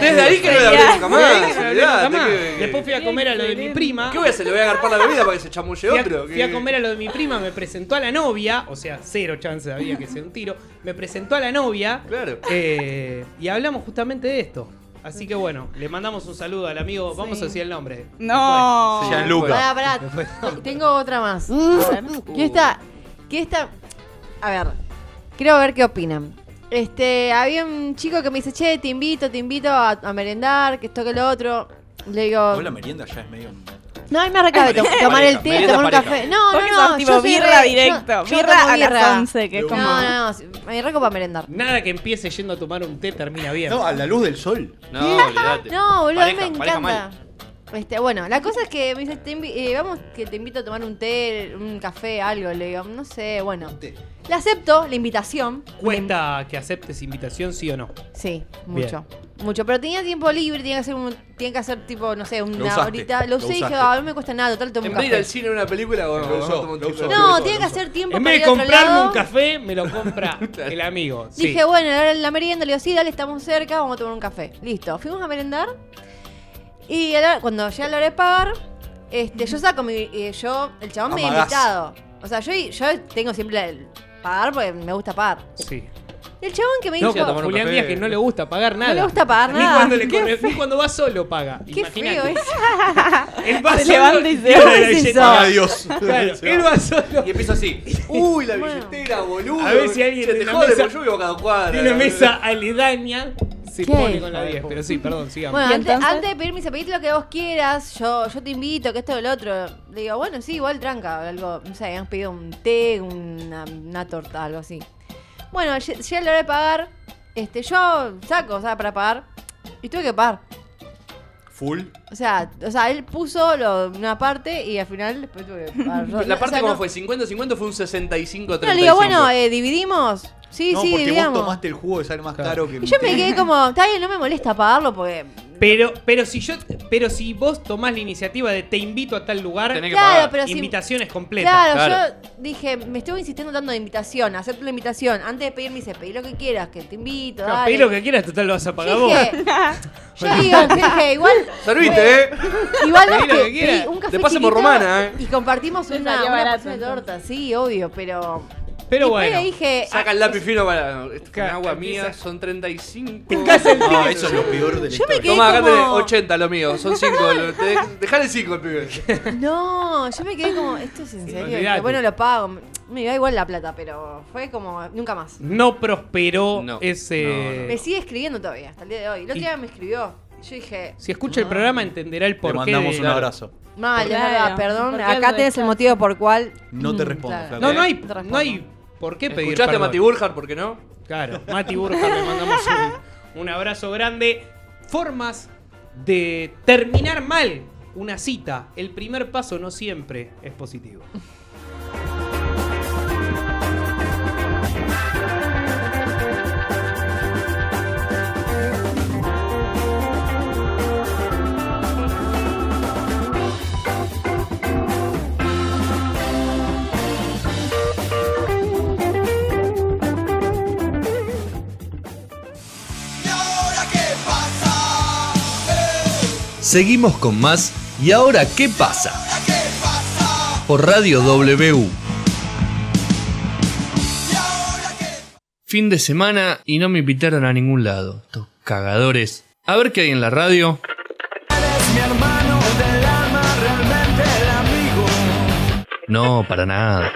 Speaker 4: Desde ahí que no le hablé nunca
Speaker 5: Sí,
Speaker 4: más.
Speaker 5: no hablé nunca más.
Speaker 4: olvidate que-
Speaker 5: Después fui a comer a lo de mi prima.
Speaker 4: ¿Qué voy a hacer? ¿Le voy a agarpar la bebida para que se chamulle
Speaker 5: Fui a,
Speaker 4: otro?
Speaker 5: fui a comer a lo de mi prima, me presentó a la novia, o sea, cero chance había que sea un tiro. Me presentó a la novia
Speaker 4: Claro.
Speaker 5: eh, y hablamos justamente de esto. Así que bueno, le mandamos un saludo al amigo. Vamos a decir el nombre.
Speaker 10: No.
Speaker 6: Pará, pará. Tengo otra más.
Speaker 10: Uh.
Speaker 6: Que esta, que esta, a ver, quiero ver qué opinan. Este, había un chico que me dice, che, te invito, te invito a, a merendar, que esto, que lo otro. Le digo,
Speaker 11: Vos la merienda ya es medio.
Speaker 6: no, hay más recabe, to- tomar el té,
Speaker 11: merienda
Speaker 6: tomar un
Speaker 11: pareja.
Speaker 6: café. No,
Speaker 10: Porque
Speaker 6: no, no,
Speaker 10: son tipo
Speaker 6: yo soy
Speaker 10: birra
Speaker 6: re-
Speaker 10: directo.
Speaker 6: yo- yo tomo
Speaker 10: birra a
Speaker 6: birra.
Speaker 10: las 11, que es
Speaker 6: No,
Speaker 10: como...
Speaker 6: no, no, si- me recopa merendar.
Speaker 5: Nada que empiece yendo a tomar un té termina bien.
Speaker 7: No, a la luz del sol.
Speaker 4: No, olvidate.
Speaker 6: No, boludo,
Speaker 4: Pareja,
Speaker 6: a mí me
Speaker 4: pareja
Speaker 6: encanta. Este, bueno, la cosa es que me dice, te invi- eh, vamos que te invito a tomar un té, un café, algo. Le digo, no sé, bueno. Le acepto la invitación.
Speaker 5: Cuesta que aceptes invitación, sí o no.
Speaker 6: Sí, mucho. Mucho, pero tenía tiempo libre, tenía que hacer, un, tenía que hacer tipo, no sé, una
Speaker 11: usaste,
Speaker 6: horita. Lo
Speaker 11: lo
Speaker 6: usé y dije,
Speaker 11: usaste.
Speaker 6: ah, no me cuesta nada, total tomo un
Speaker 4: En vez de ir
Speaker 6: café.
Speaker 4: al cine a una película, bueno,
Speaker 11: Lo
Speaker 4: vamos a
Speaker 11: usó,
Speaker 4: tomar un
Speaker 11: lo
Speaker 4: café.
Speaker 11: usó.
Speaker 6: No, tenía que hacer tiempo
Speaker 5: En
Speaker 6: para
Speaker 5: vez de
Speaker 6: ir a otro
Speaker 5: comprarme
Speaker 6: lado.
Speaker 5: un café, me lo compra
Speaker 7: *laughs*
Speaker 5: el amigo. Sí.
Speaker 6: Dije, bueno, ahora en la merienda, le digo, sí, dale, estamos cerca, vamos a tomar un café. Listo, fuimos a merendar. Y a la- cuando llega la hora de pagar, este, yo saco mi. eh, yo, el chabón me ha
Speaker 7: Amagás.
Speaker 6: invitado. O sea, yo, yo tengo siempre el pagar porque me gusta pagar.
Speaker 5: Sí.
Speaker 6: El chabón que me
Speaker 5: No,
Speaker 6: dijo.
Speaker 5: como Julián Díaz que no le gusta pagar nada.
Speaker 6: le gusta pagar
Speaker 5: Ni
Speaker 6: nada.
Speaker 5: cuando, le
Speaker 6: Qué
Speaker 5: corre- ni cuando va solo paga.
Speaker 6: Qué feo
Speaker 5: Imagínate.
Speaker 6: es.
Speaker 5: Él va
Speaker 10: Se
Speaker 5: solo
Speaker 10: levanta y se
Speaker 5: lleva
Speaker 10: va.
Speaker 5: la
Speaker 10: ¿Qué es
Speaker 5: billetera.
Speaker 10: eso?
Speaker 7: Dios.
Speaker 5: Claro, él va solo.
Speaker 4: Y empiezo
Speaker 7: *laughs*
Speaker 4: así. Uy, la
Speaker 6: Bueno.
Speaker 4: billetera, boludo.
Speaker 5: A ver si alguien
Speaker 4: Che,
Speaker 5: de
Speaker 4: te
Speaker 5: la
Speaker 4: jode,
Speaker 5: mesa-
Speaker 4: porque yo vivo a cada cuadra.
Speaker 5: Tiene mesa aledaña. Se
Speaker 6: ¿Qué?
Speaker 5: pone con la 10. Pero sí, perdón, sigamos.
Speaker 6: Bueno,
Speaker 10: ¿Y
Speaker 6: antes,
Speaker 10: entonces?
Speaker 6: antes de pedirme, se pedite lo que vos quieras, yo, yo te invito, que esto o lo otro. Le digo, bueno, sí, igual tranca, algo, no sé, habíamos pedido un té, una, una torta, algo así. Bueno, lle- llega la hora de pagar, este, yo saco, o sea, para pagar, y tuve que pagar.
Speaker 7: full.
Speaker 6: O sea, o sea, él puso lo- una parte y al final después tuve que
Speaker 3: *laughs*
Speaker 6: arreglar-
Speaker 3: La
Speaker 6: o sea,
Speaker 3: parte como
Speaker 6: no-
Speaker 3: fue 50-50 fue un 65-35.
Speaker 6: No, le digo, bueno, eh, dividimos. Sí,
Speaker 7: no,
Speaker 6: sí,
Speaker 7: porque vos
Speaker 6: dividamos.
Speaker 7: tomaste el jugo de sale más caro que
Speaker 6: Y yo me
Speaker 7: *laughs*
Speaker 6: quedé como, está bien, no me molesta pagarlo porque.
Speaker 5: Pero, pero si yo, pero si vos tomás la iniciativa de te invito a tal lugar,
Speaker 3: Tenés que
Speaker 6: Claro,
Speaker 3: pagar.
Speaker 6: pero si.
Speaker 5: invitaciones completas.
Speaker 6: Claro,
Speaker 3: Claro.
Speaker 6: yo dije, me estuve insistiendo tanto de invitación, acepto la invitación. Antes de pedirme, dice, pedí lo que quieras, que te invito.
Speaker 5: Claro,
Speaker 6: dale.
Speaker 5: pedí lo que quieras, total lo vas a pagar
Speaker 6: Yo
Speaker 5: vos.
Speaker 6: dije,
Speaker 10: *laughs*
Speaker 6: yo digo, dije, igual.
Speaker 3: Servite, eh.
Speaker 6: Igual
Speaker 3: Pedí
Speaker 6: vos
Speaker 3: lo
Speaker 6: que-
Speaker 3: que quieras.
Speaker 6: pedí un café
Speaker 3: De paso por
Speaker 6: chiquito
Speaker 3: Romana, eh.
Speaker 6: Y compartimos
Speaker 10: Me
Speaker 6: una,
Speaker 10: salió
Speaker 6: una
Speaker 10: barato,
Speaker 6: porción de
Speaker 10: entonces.
Speaker 6: torta, sí, obvio, pero.
Speaker 5: Pero
Speaker 6: después
Speaker 5: bueno.
Speaker 4: eh?
Speaker 6: *laughs* dije, ah,
Speaker 3: Saca el lápiz fino para. esto Con
Speaker 5: Ca-
Speaker 3: agua
Speaker 5: empieza-
Speaker 3: mía, son 35.
Speaker 7: No, Ah, eso es lo peor de la
Speaker 6: Yo me
Speaker 7: historia.
Speaker 6: quedé
Speaker 3: Toma, acá
Speaker 6: como-
Speaker 3: tenés 80 lo mío, son 5. Dejale 5 el pibe.
Speaker 6: No, yo me quedé como, esto es en serio. Y dije,
Speaker 5: olvidate.
Speaker 6: bueno, lo pago. Me da igual la plata, pero fue como, nunca más.
Speaker 5: No prosperó
Speaker 3: No,
Speaker 5: ese.
Speaker 6: Me sigue escribiendo todavía, hasta el día de hoy. El otro día me escribió. Yo dije,
Speaker 5: Si escucha el programa entenderá el
Speaker 7: Te
Speaker 5: porqué.
Speaker 7: mandamos
Speaker 5: de-
Speaker 7: un abrazo.
Speaker 6: mal, es
Speaker 10: Claro.
Speaker 6: verdad, perdón.
Speaker 10: ¿Por qué
Speaker 6: Acá
Speaker 10: lo
Speaker 6: tenés el
Speaker 10: rechazo?
Speaker 6: motivo por cual.
Speaker 7: No te
Speaker 6: Mm,
Speaker 7: respondo,
Speaker 6: claro.
Speaker 7: flaco.
Speaker 5: No, no hay,
Speaker 6: Te respondo.
Speaker 5: no hay por qué pedir
Speaker 3: ¿Escuchaste a
Speaker 5: perdón.
Speaker 3: Mati Burjar? ¿Por qué no?
Speaker 5: Claro, Mati Burja, le mandamos un, un abrazo grande. Formas de terminar mal una cita. El primer paso no siempre es positivo.
Speaker 1: Seguimos con más y ahora qué pasa. Por Radio W.
Speaker 3: Fin de semana y no me invitaron a ningún lado. Estos cagadores. A ver qué hay en la radio. No, para nada.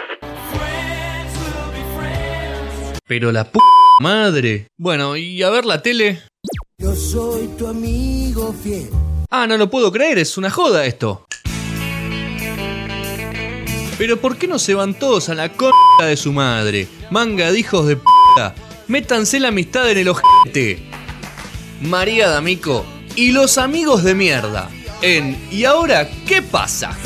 Speaker 3: Pero la p madre. Bueno, y a ver la tele.
Speaker 12: Yo soy tu amigo fiel.
Speaker 3: Ah, no lo puedo creer, es una joda esto. Pero ¿por qué no se van todos a la c*** de su madre? Manga de hijos de p***. Métanse la amistad en el ojete. María D'Amico y los amigos de mierda. En ¿Y ahora qué pasa?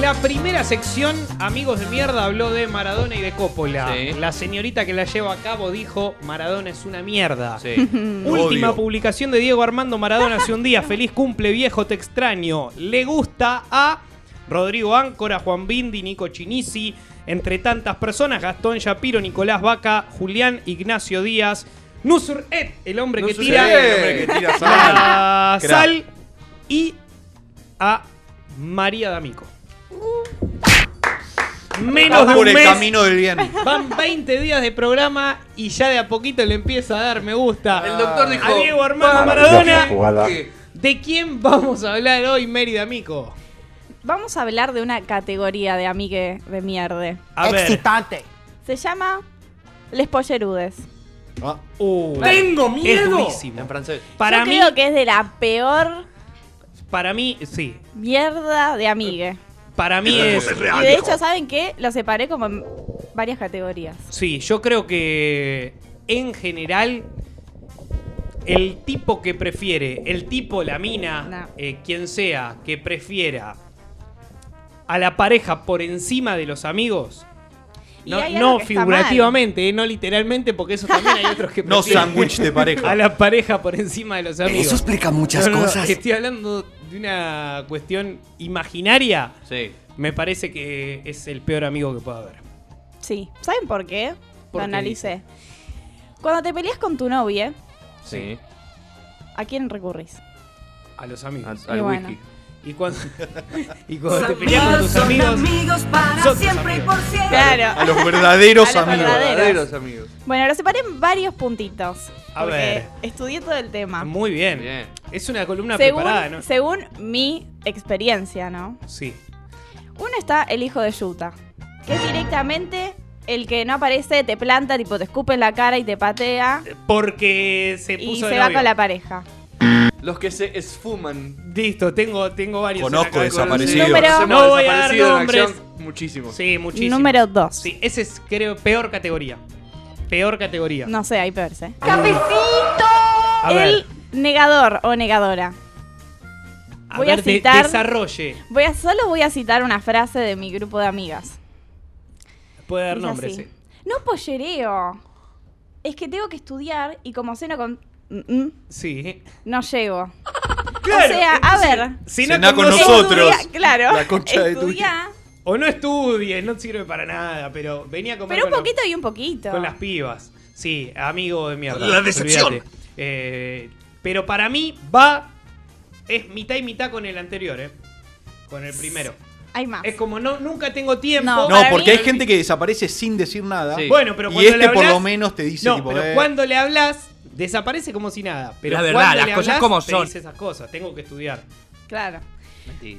Speaker 5: La primera sección, amigos de mierda, habló de Maradona y de Coppola.
Speaker 3: Sí.
Speaker 5: La señorita que la lleva a cabo dijo, Maradona es una mierda.
Speaker 3: Sí.
Speaker 5: *laughs* Última
Speaker 7: Obvio.
Speaker 5: publicación de Diego Armando Maradona hace
Speaker 3: *laughs*
Speaker 5: un día. Feliz cumple, viejo, te extraño. Le gusta a Rodrigo Áncora, Juan Bindi, Nico Chinisi, entre tantas personas, Gastón Shapiro, Nicolás Vaca, Julián Ignacio Díaz, Nusur Et, el hombre que
Speaker 3: Nusur
Speaker 5: tira
Speaker 3: Ed, el
Speaker 7: hombre que tira sal.
Speaker 5: a
Speaker 7: Crack.
Speaker 5: Sal y a María D'Amico. *laughs* Menos
Speaker 7: Vas
Speaker 5: de un
Speaker 7: por el
Speaker 5: mes.
Speaker 7: camino del bien.
Speaker 5: Van 20 días de programa y ya de a poquito le empieza a dar me gusta.
Speaker 3: El doctor dijo,
Speaker 5: A Diego Armando Maradona. ¿De quién vamos a hablar hoy, Mérida Mico?
Speaker 10: *laughs* Vamos a hablar de una categoría de amigue de mierde.
Speaker 5: A ver.
Speaker 10: Se llama Les Pollerudes.
Speaker 5: Uh,
Speaker 13: ¡Tengo
Speaker 5: es
Speaker 13: miedo!
Speaker 5: durísimo.
Speaker 3: En francés.
Speaker 5: Para
Speaker 10: Yo
Speaker 5: mí,
Speaker 10: creo que es de la peor
Speaker 5: para mí, sí.
Speaker 10: mierda de amigue.
Speaker 5: Para mí es.
Speaker 10: Y de hecho, ¿saben qué? Lo separé como en varias categorías.
Speaker 5: Sí, yo creo que en general el tipo que prefiere, el tipo, la mina,
Speaker 10: No.
Speaker 5: eh, quien sea, que prefiera a la pareja por encima de los amigos.
Speaker 10: Y
Speaker 5: No,
Speaker 10: hay algo
Speaker 5: no
Speaker 10: que está
Speaker 5: figurativamente, eh, no literalmente, porque eso también hay
Speaker 12: *laughs*
Speaker 5: otros que
Speaker 7: No
Speaker 5: prefieren
Speaker 7: sándwich de
Speaker 5: a
Speaker 7: pareja.
Speaker 5: la pareja por encima de los amigos.
Speaker 12: Eso explica muchas
Speaker 5: No, no, no,
Speaker 12: cosas.
Speaker 5: Estoy hablando de una cuestión imaginaria.
Speaker 3: Sí.
Speaker 5: Me parece que es el peor amigo que pueda haber.
Speaker 10: Sí. ¿Saben por qué?
Speaker 5: ¿Por
Speaker 10: Lo
Speaker 5: qué?
Speaker 10: analicé. Cuando te peleas con tu novia,
Speaker 3: Sí.
Speaker 10: ¿a quién recurrís?
Speaker 5: A los amigos.
Speaker 10: al bueno. wiki.
Speaker 5: Y cuando, y cuando te peleas con tus amigos.
Speaker 6: para
Speaker 5: Son tus siempre y amigos.
Speaker 6: por siempre.
Speaker 10: Claro.
Speaker 7: A los verdaderos
Speaker 10: *laughs* A los
Speaker 7: amigos.
Speaker 10: verdaderos.
Speaker 3: Verdaderos amigos.
Speaker 10: Bueno, lo separé en varios puntitos.
Speaker 5: A
Speaker 10: porque
Speaker 5: ver.
Speaker 10: Estudié todo el tema.
Speaker 5: Muy bien.
Speaker 3: Bien.
Speaker 5: Es una columna
Speaker 10: según,
Speaker 5: preparada, ¿no?
Speaker 10: según mi experiencia, ¿no?
Speaker 5: Sí.
Speaker 10: Uno está el hijo de Yuta, que es directamente el que no aparece, te planta, tipo te escupe en la cara y te patea
Speaker 5: Porque se puso
Speaker 10: y
Speaker 5: de
Speaker 10: se va
Speaker 5: novio.
Speaker 10: con la pareja.
Speaker 3: Los que se esfuman.
Speaker 5: Listo, tengo, tengo varios. en la
Speaker 7: Conozco
Speaker 5: cabeza.
Speaker 7: desaparecidos.
Speaker 10: Número-
Speaker 5: No voy a dar nombres,
Speaker 3: muchísimo.
Speaker 5: Sí, muchísimo.
Speaker 10: Número dos.
Speaker 5: Sí, ese es, creo, peor categoría. Peor categoría.
Speaker 10: No sé, hay peores, eh.
Speaker 5: A ver,
Speaker 10: El negador o negadora.
Speaker 5: a
Speaker 10: voy
Speaker 5: ver,
Speaker 10: a
Speaker 5: de-
Speaker 10: citar-
Speaker 5: desarrolle.
Speaker 10: Voy a, solo voy a citar una frase de mi grupo de amigas.
Speaker 5: Puede dar eh.
Speaker 10: Es
Speaker 5: nombre,
Speaker 10: así.
Speaker 5: sí.
Speaker 10: No pollereo. Es que tengo que estudiar y como ceno con... mm, mm,
Speaker 5: Sí.
Speaker 10: no
Speaker 5: *laughs*
Speaker 10: llego.
Speaker 5: Claro,
Speaker 10: o sea,
Speaker 5: entonces,
Speaker 10: a ver.
Speaker 5: Cena
Speaker 7: Cená
Speaker 5: con
Speaker 7: con
Speaker 5: nosotros.
Speaker 7: nosotros.
Speaker 10: Estudia- claro.
Speaker 7: La concha de tu
Speaker 10: estudiá,
Speaker 5: O no estudies, no sirve para nada, pero venía a comer
Speaker 10: Pero un
Speaker 5: con la-
Speaker 10: poquito y un poquito.
Speaker 5: Con las pibas. Sí, amigo de mierda.
Speaker 2: La decepción.
Speaker 5: olvídate. Eh, pero para mí va. Es mitad y mitad con el anterior, ¿eh? Con el primero.
Speaker 10: Hay más.
Speaker 5: Es como no, nunca tengo tiempo.
Speaker 10: No,
Speaker 7: No,
Speaker 10: para
Speaker 7: porque
Speaker 10: mí-
Speaker 7: hay gente que desaparece sin decir nada.
Speaker 3: Sí.
Speaker 5: Bueno, pero
Speaker 7: y
Speaker 5: cuando
Speaker 7: este
Speaker 5: le
Speaker 7: por
Speaker 5: hablas-
Speaker 7: lo menos te dice
Speaker 5: No,
Speaker 7: tipo,
Speaker 5: pero
Speaker 7: eh,
Speaker 5: cuando le hablas, desaparece como si nada. Pero
Speaker 11: La verdad,
Speaker 5: cuando
Speaker 11: las
Speaker 5: le
Speaker 11: cosas
Speaker 5: hablas,
Speaker 11: como
Speaker 5: te
Speaker 11: son.
Speaker 5: dice esas cosas. Tengo que estudiar.
Speaker 10: Claro.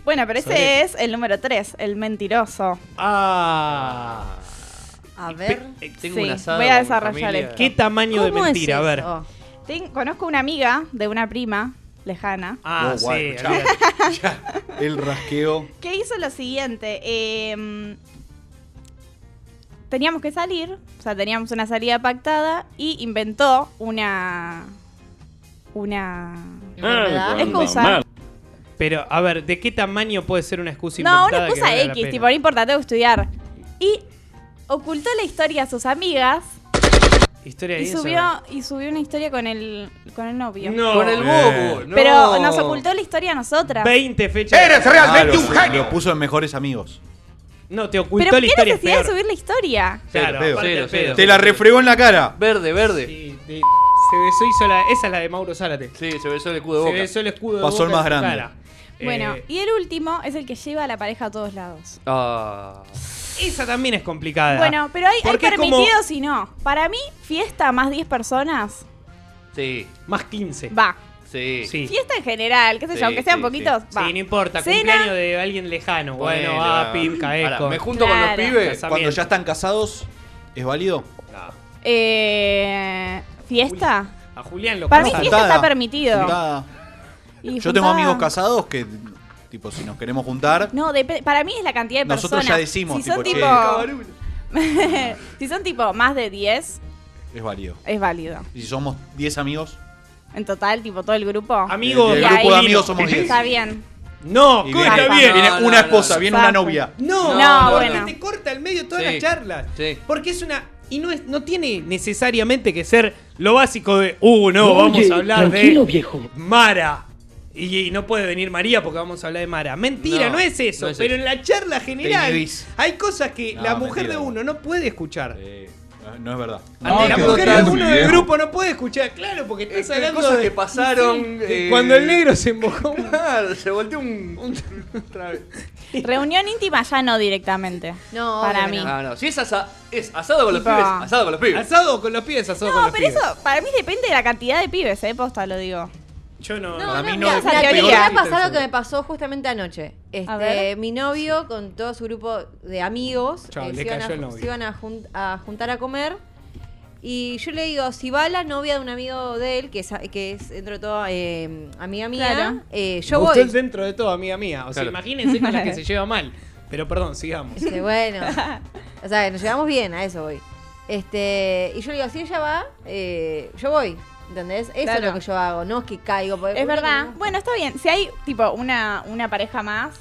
Speaker 10: Bueno, pero ese
Speaker 5: Sorete.
Speaker 10: es el número 3, el mentiroso.
Speaker 5: Ah.
Speaker 6: A ver.
Speaker 3: Eh, Tengo
Speaker 10: Sí,
Speaker 3: un asado.
Speaker 10: voy a
Speaker 3: con mi
Speaker 10: desarrollar
Speaker 3: familia.
Speaker 10: esto.
Speaker 5: ¿Qué tamaño de
Speaker 6: ¿Cómo es
Speaker 5: mentira? A ver.
Speaker 6: eso?
Speaker 10: Ten- conozco una amiga de una prima lejana
Speaker 5: Ah,
Speaker 7: Oh,
Speaker 5: sí.
Speaker 7: guau, escuchá.
Speaker 5: olvídate.
Speaker 3: *laughs*
Speaker 7: el rasqueo.
Speaker 10: que hizo lo siguiente. eh, teníamos que salir, o sea, teníamos una salida pactada y inventó una... Una...
Speaker 6: ¿Enfermedad?
Speaker 10: Excusa.
Speaker 5: Pero, a ver, ¿de qué tamaño puede ser una excusa
Speaker 10: No,
Speaker 5: inventada
Speaker 10: una
Speaker 5: que
Speaker 10: excusa
Speaker 5: valga la
Speaker 10: X,
Speaker 5: pena?
Speaker 10: tipo, no importa, tengo que estudiar. Y ocultó la historia a sus amigas
Speaker 5: Historia de
Speaker 10: y
Speaker 5: Instagram.
Speaker 10: subió, y subió una historia con el, con el novio.
Speaker 5: No.
Speaker 3: Con el bobo. no.
Speaker 10: Pero nos ocultó la historia a nosotras.
Speaker 5: 20 fechas.
Speaker 7: Realmente un genio. Lo puso en mejores amigos.
Speaker 5: No, te
Speaker 10: Pero
Speaker 5: ocultó
Speaker 10: ¿qué
Speaker 5: la historia. es
Speaker 10: necesidad de
Speaker 5: peor.
Speaker 10: subir la historia?
Speaker 5: Claro,
Speaker 7: Cero,
Speaker 5: aparte
Speaker 3: pedo.
Speaker 5: del
Speaker 3: Cero,
Speaker 5: pedo.
Speaker 7: Te la refregó en la cara.
Speaker 3: Verde, verde.
Speaker 5: Sí, de- se besó hizo la. Esa es la de Mauro Zárate.
Speaker 3: Sí, se besó el cudo de
Speaker 5: Se
Speaker 3: boca.
Speaker 5: besó el escudo de
Speaker 7: Pasó
Speaker 5: Boca
Speaker 7: el más
Speaker 5: en su
Speaker 7: grande.
Speaker 5: cara.
Speaker 10: Bueno,
Speaker 5: Eh,
Speaker 10: y el último es el que lleva a la pareja a todos lados.
Speaker 3: Ah.
Speaker 5: esa también es *laughs* complicada.
Speaker 10: Bueno, pero hay, hay
Speaker 5: Porque es como-
Speaker 10: permitidos y no. Para mí, fiesta más 10 personas
Speaker 3: Sí,
Speaker 5: Más 15.
Speaker 10: va.
Speaker 3: sí.
Speaker 5: Sí.
Speaker 10: Fiesta en general, qué sé yo,
Speaker 3: Sí,
Speaker 10: aunque sean
Speaker 3: sí,
Speaker 10: poquitos, va.
Speaker 5: Sí, no importa.
Speaker 10: Cena-
Speaker 5: Cumpleaños de alguien lejano. Bueno,
Speaker 3: Ponele,
Speaker 5: va,
Speaker 3: va.
Speaker 5: pinca,
Speaker 3: Pará,
Speaker 5: eco.
Speaker 3: Me junto
Speaker 10: Claro.
Speaker 3: con los pibes.
Speaker 5: Casamiento.
Speaker 7: Cuando ya están casados, ¿es válido?
Speaker 10: Eh, ¿Fiesta?
Speaker 5: A Julián lo
Speaker 10: Para mí
Speaker 5: casan.
Speaker 10: fiesta está permitido.
Speaker 7: Juntada.
Speaker 10: Y
Speaker 7: Yo
Speaker 10: juntada-
Speaker 7: tengo amigos casados que, tipo, si nos queremos juntar,
Speaker 10: No, depe- para mí es la cantidad de
Speaker 7: Nosotros
Speaker 10: personas.
Speaker 7: ya decimos,
Speaker 10: si son
Speaker 7: tipo,
Speaker 10: tipo, *laughs* si son tipo más de 10,
Speaker 7: es válido.
Speaker 10: es válido.
Speaker 7: Y si somos 10 amigos,
Speaker 10: En total, tipo todo el grupo.
Speaker 5: Amigos,
Speaker 7: Y el
Speaker 5: de
Speaker 10: grupo de
Speaker 5: Julio.
Speaker 7: amigos somos 10.
Speaker 10: Está bien.
Speaker 5: No,
Speaker 7: y
Speaker 5: ¿cómo
Speaker 7: viene,
Speaker 5: está
Speaker 10: Zafa.
Speaker 5: bien.
Speaker 7: viene
Speaker 3: No,
Speaker 7: una
Speaker 3: no,
Speaker 7: esposa,
Speaker 3: no.
Speaker 7: viene
Speaker 10: Zafa.
Speaker 7: una novia.
Speaker 5: No,
Speaker 10: No,
Speaker 5: porque
Speaker 10: bueno.
Speaker 5: te corta el medio todas
Speaker 3: Sí,
Speaker 5: las charlas.
Speaker 3: sí.
Speaker 5: Porque es una. Y no, es, no tiene necesariamente que ser lo básico de. Uh, no, vamos a hablar de. Mara. Y, y no puede venir María porque vamos a hablar de Mara. Mentira, no,
Speaker 3: No,
Speaker 5: es eso.
Speaker 3: no es
Speaker 5: pero
Speaker 3: eso.
Speaker 5: en la charla general
Speaker 3: inhibís.
Speaker 5: hay cosas que
Speaker 7: No,
Speaker 5: la mujer
Speaker 7: mentira.
Speaker 5: de uno no puede escuchar.
Speaker 7: Eh, no- no es verdad.
Speaker 5: Ante la
Speaker 3: qué
Speaker 5: mujer de
Speaker 3: total.
Speaker 5: uno del grupo no puede escuchar. Claro, porque
Speaker 3: Es
Speaker 5: estás
Speaker 3: que
Speaker 5: hablando
Speaker 3: Eh, cosas
Speaker 5: de-
Speaker 3: que pasaron,
Speaker 5: de
Speaker 3: eh,
Speaker 5: Cuando el negro se
Speaker 3: *laughs*
Speaker 5: embojó.
Speaker 3: Claro, se volteó un. un- otra vez.
Speaker 10: Reunión íntima ya no directamente.
Speaker 6: No,
Speaker 10: para
Speaker 6: obvio
Speaker 10: mí.
Speaker 6: que
Speaker 10: No,
Speaker 3: Ah, no. Si es, asa- es asado con los
Speaker 10: Tipo-
Speaker 3: pibes, asado con los pibes.
Speaker 5: asado con los pies, asado con los
Speaker 10: pero
Speaker 5: pibes.
Speaker 10: eso para mí depende de la cantidad de pibes, eh, posta lo digo.
Speaker 5: Yo no.
Speaker 6: No, no,
Speaker 7: mí
Speaker 6: mí
Speaker 7: no
Speaker 6: no.
Speaker 10: es
Speaker 6: La
Speaker 10: teoría.
Speaker 6: teoría ha pasado que me pasó justamente anoche.
Speaker 10: A ver.
Speaker 6: Este, mi novio con todo su grupo de amigos
Speaker 5: Chao,
Speaker 6: eh,
Speaker 5: le
Speaker 6: se iban,
Speaker 5: cayó el
Speaker 6: a,
Speaker 5: novio.
Speaker 6: se iban a jun- a juntar a comer. Y yo le digo, si va la novia de un amigo de él, que es, que es dentro de todo eh, amiga mía,
Speaker 10: Claro.
Speaker 6: eh, yo
Speaker 5: Usted es
Speaker 6: voy.
Speaker 5: dentro de todo, amiga mía. O sea,
Speaker 3: Claro.
Speaker 5: imagínense con la que se lleva mal. Pero perdón, sigamos.
Speaker 6: Este, bueno. O sea, nos llevamos bien, a eso voy. Este, y yo le digo, si ella va, eh, yo voy. ¿Entendés? Eso
Speaker 10: Claro.
Speaker 6: es lo que yo hago, no es que caigo. porque-
Speaker 10: Es verdad. Bueno, está bien. Si hay tipo una, una pareja más,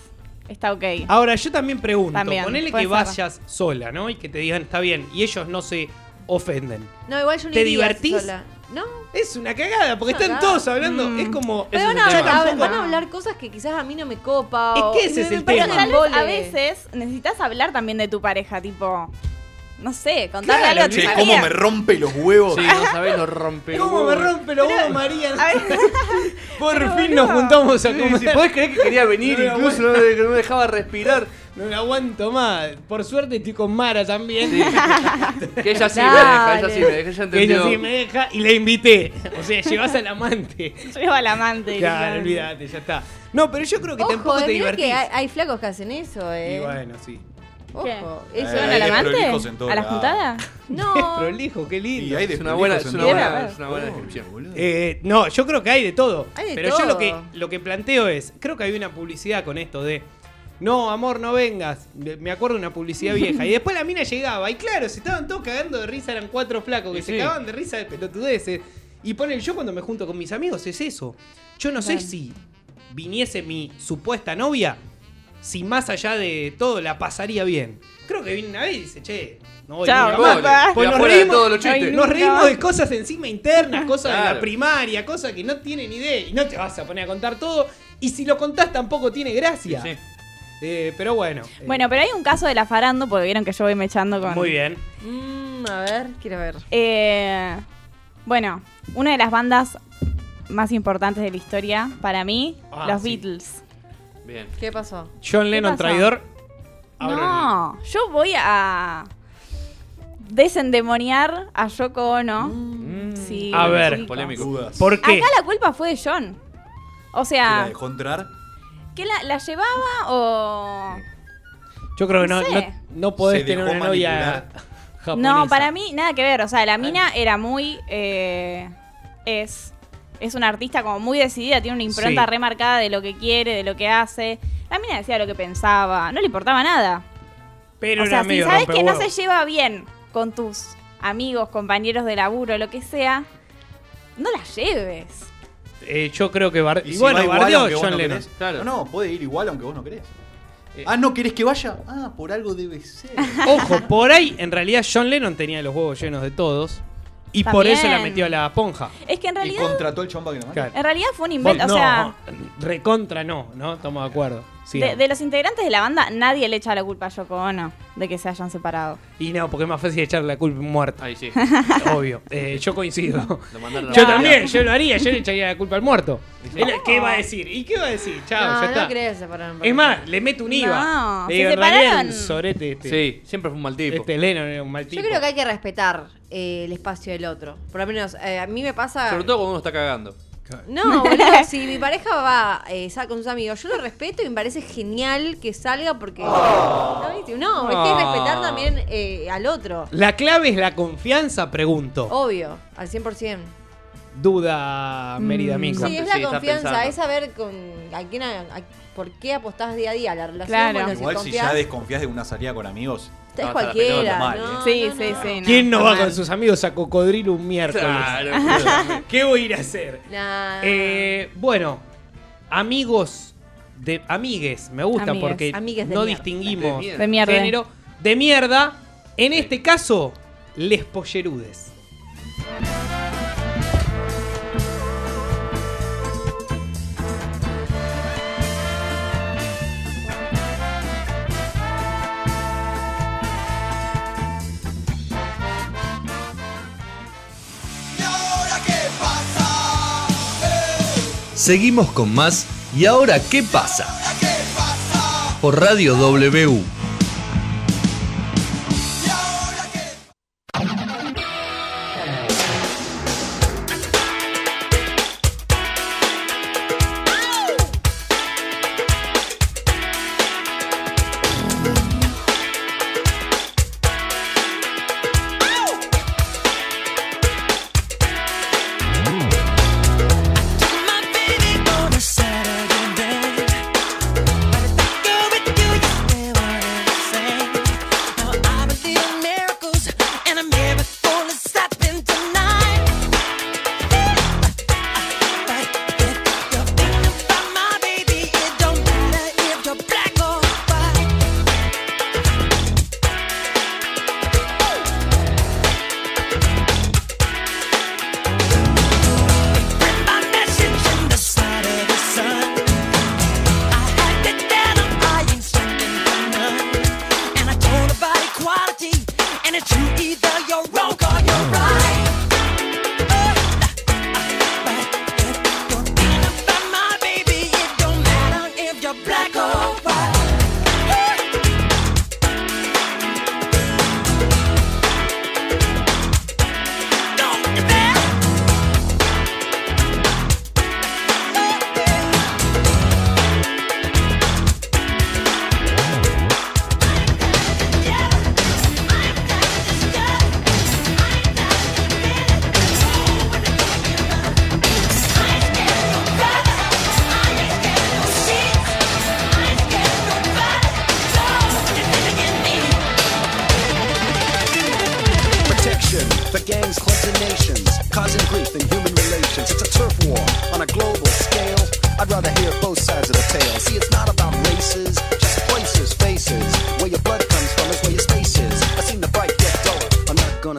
Speaker 10: está ok.
Speaker 5: Ahora, yo también pregunto,
Speaker 10: También,
Speaker 5: ponele
Speaker 10: puede
Speaker 5: que
Speaker 10: ser.
Speaker 5: vayas sola, ¿no? Y que te digan, está bien, y ellos no se ofenden.
Speaker 6: No, igual yo no
Speaker 5: ¿Te
Speaker 6: iría
Speaker 5: divertís?
Speaker 6: sola. No,
Speaker 5: Es una cagada, porque
Speaker 6: Es
Speaker 5: están
Speaker 6: una cagada.
Speaker 5: todos hablando.
Speaker 10: Mm.
Speaker 5: Es como.
Speaker 6: Pero
Speaker 3: Ese
Speaker 6: van
Speaker 3: es
Speaker 6: a,
Speaker 3: el tema.
Speaker 6: hablar-
Speaker 10: Yo tampoco.
Speaker 6: van a hablar cosas que quizás a mí no me copa.
Speaker 5: Es
Speaker 6: o-
Speaker 5: que ese
Speaker 6: me-
Speaker 5: es
Speaker 6: me
Speaker 5: el
Speaker 6: parece
Speaker 10: Pero
Speaker 5: tema.
Speaker 6: un
Speaker 10: tal vez a
Speaker 6: embole.
Speaker 10: veces necesitas hablar también de tu pareja, tipo, no sé, contarle
Speaker 5: Claro,
Speaker 10: algo a tu
Speaker 7: Che,
Speaker 10: pareja.
Speaker 7: cómo me rompe los huevos.
Speaker 3: Sí, no sabés, lo rompe.
Speaker 5: ¿Cómo me rompe lo hubo María?
Speaker 10: A *laughs* ver,
Speaker 5: Por
Speaker 10: pero
Speaker 5: fin
Speaker 10: boludo.
Speaker 5: nos juntamos a
Speaker 3: Sí,
Speaker 5: comer.
Speaker 3: sí, ¿Podés creer que quería venir?
Speaker 5: No era
Speaker 3: Incluso no, me- no me dejaba respirar.
Speaker 5: No me aguanto más. Por suerte estoy con Mara también.
Speaker 3: Sí. que ella sí me deja,
Speaker 6: Dale.
Speaker 3: ella sí me deja, ella
Speaker 5: Que ella
Speaker 3: entendió.
Speaker 5: sí me deja y la invité. O sea, llevas al amante.
Speaker 10: llevo al amante.
Speaker 5: Claro,
Speaker 10: digamos.
Speaker 5: olvídate, ya está. No, pero yo creo que
Speaker 6: Ojo,
Speaker 5: tampoco
Speaker 6: eh,
Speaker 5: te
Speaker 6: mirá
Speaker 5: divertís.
Speaker 6: que hay, hay flacos que hacen eso,
Speaker 5: Y
Speaker 6: eh.
Speaker 5: bueno, sí.
Speaker 6: Ojo,
Speaker 7: ¿Qué?
Speaker 6: eso
Speaker 7: Eh,
Speaker 10: ¿Llevan
Speaker 7: hay
Speaker 10: al
Speaker 7: de prolijos en
Speaker 10: amante?
Speaker 7: todo
Speaker 10: ¿A la
Speaker 7: lado.
Speaker 10: juntada? *laughs*
Speaker 5: *laughs*
Speaker 6: no.
Speaker 5: Prolijo, qué
Speaker 7: Y
Speaker 5: lindo.
Speaker 7: hay
Speaker 3: Es una
Speaker 7: desperdicios
Speaker 3: buena,
Speaker 7: en
Speaker 3: es una
Speaker 7: todo
Speaker 3: buena,
Speaker 7: lado.
Speaker 3: es una buena descripción.
Speaker 7: Boludo.
Speaker 5: Eh, no, yo creo que hay de todo.
Speaker 6: Hay de
Speaker 5: pero yo lo
Speaker 6: todo.
Speaker 5: que, lo que planteo es, creo que hay una publicidad con esto de No, amor, no vengas. De- Me acuerdo de una publicidad vieja. Y después la mina llegaba. Y claro, se estaban todos cagando de risa. Eran cuatro flacos que
Speaker 3: Y
Speaker 5: se
Speaker 3: sí.
Speaker 5: cagaban de risa de pelotudeces. Y ponen, yo cuando me junto con mis amigos es eso. Yo no sé
Speaker 6: Claro.
Speaker 5: si viniese mi supuesta novia, si más allá de todo la pasaría bien. Creo que vino una vez y dice, che, no voy
Speaker 10: Chao,
Speaker 5: nunca más.
Speaker 10: papá.
Speaker 5: Pues
Speaker 4: Y
Speaker 5: nos
Speaker 4: afuera de
Speaker 5: reímos,
Speaker 4: todos los chistes.
Speaker 5: ay, nos
Speaker 10: nunca
Speaker 5: reímos
Speaker 10: más.
Speaker 5: de cosas encima
Speaker 7: Ah,
Speaker 5: internas, cosas de la
Speaker 4: Claro.
Speaker 5: primaria, cosas que no tienen idea. Y no te vas a poner a contar todo. Y si lo contás tampoco tiene gracia.
Speaker 3: Sí.
Speaker 5: Eh, pero bueno. eh,
Speaker 10: Bueno, pero hay un caso de la farando, porque vieron que yo voy mechando con.
Speaker 5: Muy bien.
Speaker 6: Mm, a ver, quiero ver.
Speaker 10: Eh, bueno, una de las bandas más importantes de la historia para mí,
Speaker 5: Ah,
Speaker 10: los
Speaker 5: sí.
Speaker 10: Beatles.
Speaker 4: Bien.
Speaker 6: ¿Qué pasó?
Speaker 5: John Lennon
Speaker 10: pasó?
Speaker 5: traidor. Ahora
Speaker 10: no, yo voy a desendemoniar a Yoko Ono. Sí,
Speaker 5: Mm. A ver,
Speaker 10: chicos.
Speaker 4: Polémico.
Speaker 7: Dudas.
Speaker 5: ¿Por qué?
Speaker 10: Acá la culpa fue de John. O
Speaker 7: ¿La
Speaker 10: sea,
Speaker 7: dejó entrar?
Speaker 10: ¿que la, la llevaba o...?
Speaker 5: Yo creo que no,
Speaker 10: no
Speaker 5: no,
Speaker 10: sé.
Speaker 5: no podés
Speaker 7: Se
Speaker 5: tener
Speaker 7: dejó
Speaker 5: una novia
Speaker 7: manipular.
Speaker 5: japonesa.
Speaker 10: No, para mí nada que ver. O sea, la mina era muy... eh, es, es una artista como muy decidida, tiene una impronta
Speaker 5: Sí.
Speaker 10: remarcada de lo que quiere, de lo que hace. La mina decía lo que pensaba, no le importaba nada.
Speaker 5: Pero
Speaker 10: o sea,
Speaker 5: era
Speaker 10: si
Speaker 5: medio
Speaker 10: sabes que no se
Speaker 5: rompehuevos.
Speaker 10: lleva bien con tus amigos, compañeros de laburo, lo que sea, no la lleves.
Speaker 5: Eh, yo creo que... bar- Y,
Speaker 7: si va
Speaker 5: bueno,
Speaker 7: igual,
Speaker 5: bardeó
Speaker 7: aunque vos
Speaker 5: John
Speaker 7: no
Speaker 5: Lennon.
Speaker 7: querés?
Speaker 3: Claro.
Speaker 7: No, no, puede ir igual aunque vos no querés.
Speaker 5: Eh.
Speaker 7: Ah, ¿no querés que vaya? Ah, por algo debe ser.
Speaker 5: Ojo, por ahí en realidad John Lennon tenía los huevos llenos de todos. Y por
Speaker 10: También.
Speaker 5: eso la metió a la ponja.
Speaker 10: Es que en
Speaker 7: Y
Speaker 10: realidad,
Speaker 7: contrató al chompa que nos
Speaker 5: Claro.
Speaker 10: en realidad fue un
Speaker 5: Vos-
Speaker 10: invento.
Speaker 5: no,
Speaker 10: o sea,
Speaker 5: recontra no, ¿no? Estamos de acuerdo. Sí.
Speaker 10: de, de los integrantes de la banda, nadie le echa la culpa a Yoko Ono de que se hayan separado.
Speaker 5: Y no, porque es más fácil echarle la culpa a un muerto.
Speaker 4: Ahí sí.
Speaker 5: *laughs* Obvio. Eh, yo coincido.
Speaker 4: Lo mandaron a
Speaker 5: Yo
Speaker 4: la-
Speaker 5: también, yo lo haría, yo le echaría la culpa al muerto. Él- ¿Qué va a decir? ¿Y qué va a decir? Chao,
Speaker 6: "Oh". no,
Speaker 5: ya
Speaker 6: no
Speaker 5: está.
Speaker 6: querés separar.
Speaker 5: es más, le meto un IVA.
Speaker 10: No,
Speaker 5: Le
Speaker 10: se
Speaker 5: digo, en realidad
Speaker 10: separaron.
Speaker 5: es un sorete este.
Speaker 4: Sí, siempre fue un mal tipo.
Speaker 5: Este Lennon era un mal tipo.
Speaker 6: Yo creo que hay que respetar eh, el espacio del otro. Por lo menos eh, a mí me pasa.
Speaker 4: Sobre todo cuando uno está cagando.
Speaker 6: No, boludo, si mi pareja va eh, sale con sus amigos, yo lo respeto y me parece genial que salga porque. No, ¿viste? No, hay que respetar también eh, al otro.
Speaker 5: La clave es la confianza, pregunto.
Speaker 6: Obvio, al 100%.
Speaker 5: Duda Mérida Mico.
Speaker 6: Mm, Sí, es
Speaker 4: sí,
Speaker 6: la
Speaker 4: está
Speaker 6: confianza,
Speaker 4: pensando.
Speaker 6: es saber con a quién, a- a- por qué apostás día a día a la relación.
Speaker 10: Claro.
Speaker 6: bueno,
Speaker 7: Igual si
Speaker 6: confías,
Speaker 7: ya desconfías de una salida con amigos.
Speaker 6: es
Speaker 4: No,
Speaker 6: cualquiera.
Speaker 7: está la pelota
Speaker 6: no,
Speaker 7: mal,
Speaker 10: sí,
Speaker 6: no,
Speaker 10: sí,
Speaker 6: no.
Speaker 10: sí. no.
Speaker 5: ¿Quién no va
Speaker 10: Mal.
Speaker 5: con sus amigos a cocodrilo un miércoles?
Speaker 4: Claro.
Speaker 5: ¿Qué voy a ir a hacer?
Speaker 6: Nah.
Speaker 5: Eh, bueno, amigos de amigues, me gusta
Speaker 10: Amigues.
Speaker 5: porque
Speaker 6: Amigues de
Speaker 5: no
Speaker 6: mierda.
Speaker 5: distinguimos
Speaker 4: De mierda.
Speaker 10: De mierda.
Speaker 5: género de mierda. En este caso, les pollerudes.
Speaker 4: Seguimos con más. ¿Y ahora qué pasa? Por Radio W.
Speaker 9: Saturday night, but if I go with you, you say what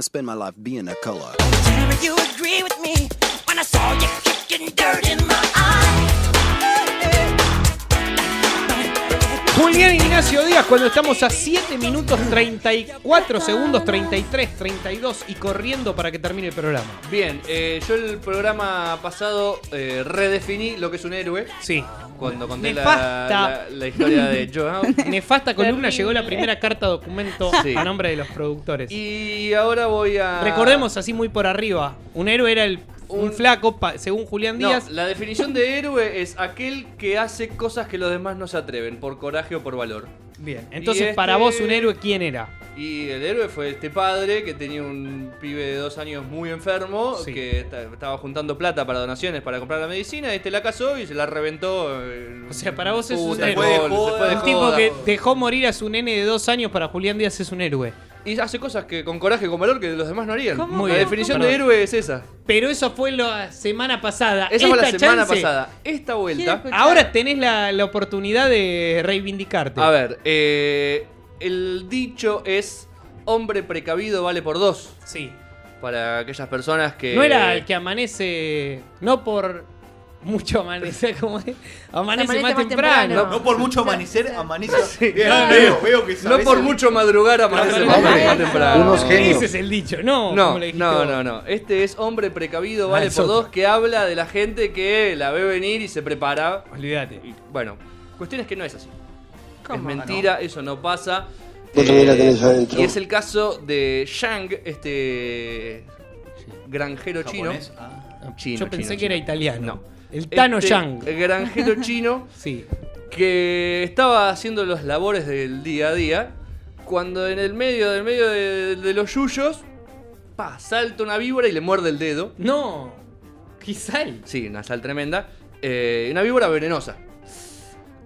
Speaker 11: spend my life being a color.
Speaker 14: Damn it, you agree with me when I saw you kicking dirt in my eye.
Speaker 5: Julián Ignacio Díaz, cuando estamos a 7 minutos 34 segundos, 33, 32 y corriendo para que termine el programa.
Speaker 3: Bien, eh, yo el programa pasado eh, redefiní lo que es un héroe.
Speaker 6: *laughs*
Speaker 5: Sí.
Speaker 3: Cuando conté la,
Speaker 5: Nefasta.
Speaker 3: la- la historia de Joe.
Speaker 5: Nefasta columna
Speaker 3: Terrible.
Speaker 5: llegó la primera carta documento
Speaker 3: Sí.
Speaker 5: a nombre de los productores.
Speaker 3: Y ah. ahora voy a.
Speaker 5: Recordemos así muy por arriba, un héroe era el, un, flaco, pa- según Julián
Speaker 3: No,
Speaker 5: Díaz,
Speaker 3: la definición de héroe es aquel que hace cosas que los demás no se atreven, por coraje o por valor.
Speaker 5: Bien, entonces
Speaker 3: Y este-
Speaker 5: para vos un héroe quién era?
Speaker 3: Y el héroe fue este padre que tenía un pibe de dos años muy enfermo,
Speaker 5: Sí.
Speaker 3: que esta- estaba juntando plata para donaciones para comprar la medicina, este la casó y se la reventó. O
Speaker 5: sea, Para vos es un
Speaker 3: se
Speaker 5: héroe.
Speaker 3: fue de joda, se fue de
Speaker 5: un tipo
Speaker 3: joda.
Speaker 5: que dejó morir a su nene de dos años para Julián Díaz es un héroe.
Speaker 3: Y hace cosas que con coraje y con valor que los demás no harían.
Speaker 5: ¿Cómo?
Speaker 3: la
Speaker 5: Bien,
Speaker 3: definición de
Speaker 5: perdón.
Speaker 3: héroe es esa.
Speaker 5: Pero eso fue la semana pasada.
Speaker 3: Esa fue la
Speaker 5: Esta
Speaker 3: semana
Speaker 5: chance-
Speaker 3: pasada. Esta vuelta.
Speaker 5: Ahora tenés la, la oportunidad de reivindicarte.
Speaker 3: A ver, eh, el dicho es hombre precavido vale por dos.
Speaker 5: Sí.
Speaker 3: Para aquellas personas que...
Speaker 5: No era el que amanece. No por mucho amanecer, *laughs* como es. Amanece, más,
Speaker 7: Amanece más
Speaker 5: temprano.
Speaker 7: temprano. No, no por mucho amanecer, amanece. Bien,
Speaker 5: Claro.
Speaker 7: veo, veo que
Speaker 3: No
Speaker 7: sabes
Speaker 3: por
Speaker 7: el-
Speaker 3: mucho madrugar amanece más más temprano.
Speaker 7: Unos genios.
Speaker 5: Ese es el dicho, no.
Speaker 3: No,
Speaker 5: como le dijiste
Speaker 3: no,
Speaker 5: vos.
Speaker 3: no, no. Este es hombre precavido
Speaker 5: Ah,
Speaker 3: vale
Speaker 5: es
Speaker 3: por
Speaker 5: otro.
Speaker 3: dos que habla de la gente que la ve venir y se prepara.
Speaker 5: Olvídate.
Speaker 3: Bueno, cuestión es que no es así. Es mentira, eso no pasa. Eh,
Speaker 15: Vos también la tenés adentro.
Speaker 3: y es el caso de Shang, este granjero chino.
Speaker 5: ¿Japonés?
Speaker 7: Ah,
Speaker 3: Chino,
Speaker 5: Yo pensé
Speaker 3: chino,
Speaker 5: que era
Speaker 3: chino.
Speaker 5: italiano. El
Speaker 3: Este
Speaker 5: Tano Yang.
Speaker 3: granjero chino.
Speaker 5: sí.
Speaker 3: Que estaba haciendo los labores del día a día. Cuando en el medio, del medio de, de los yuyos, pa, salta una víbora y le muerde el dedo.
Speaker 5: No. ¿Qué sal?
Speaker 3: Sí, una sal tremenda. Eh, una víbora venenosa.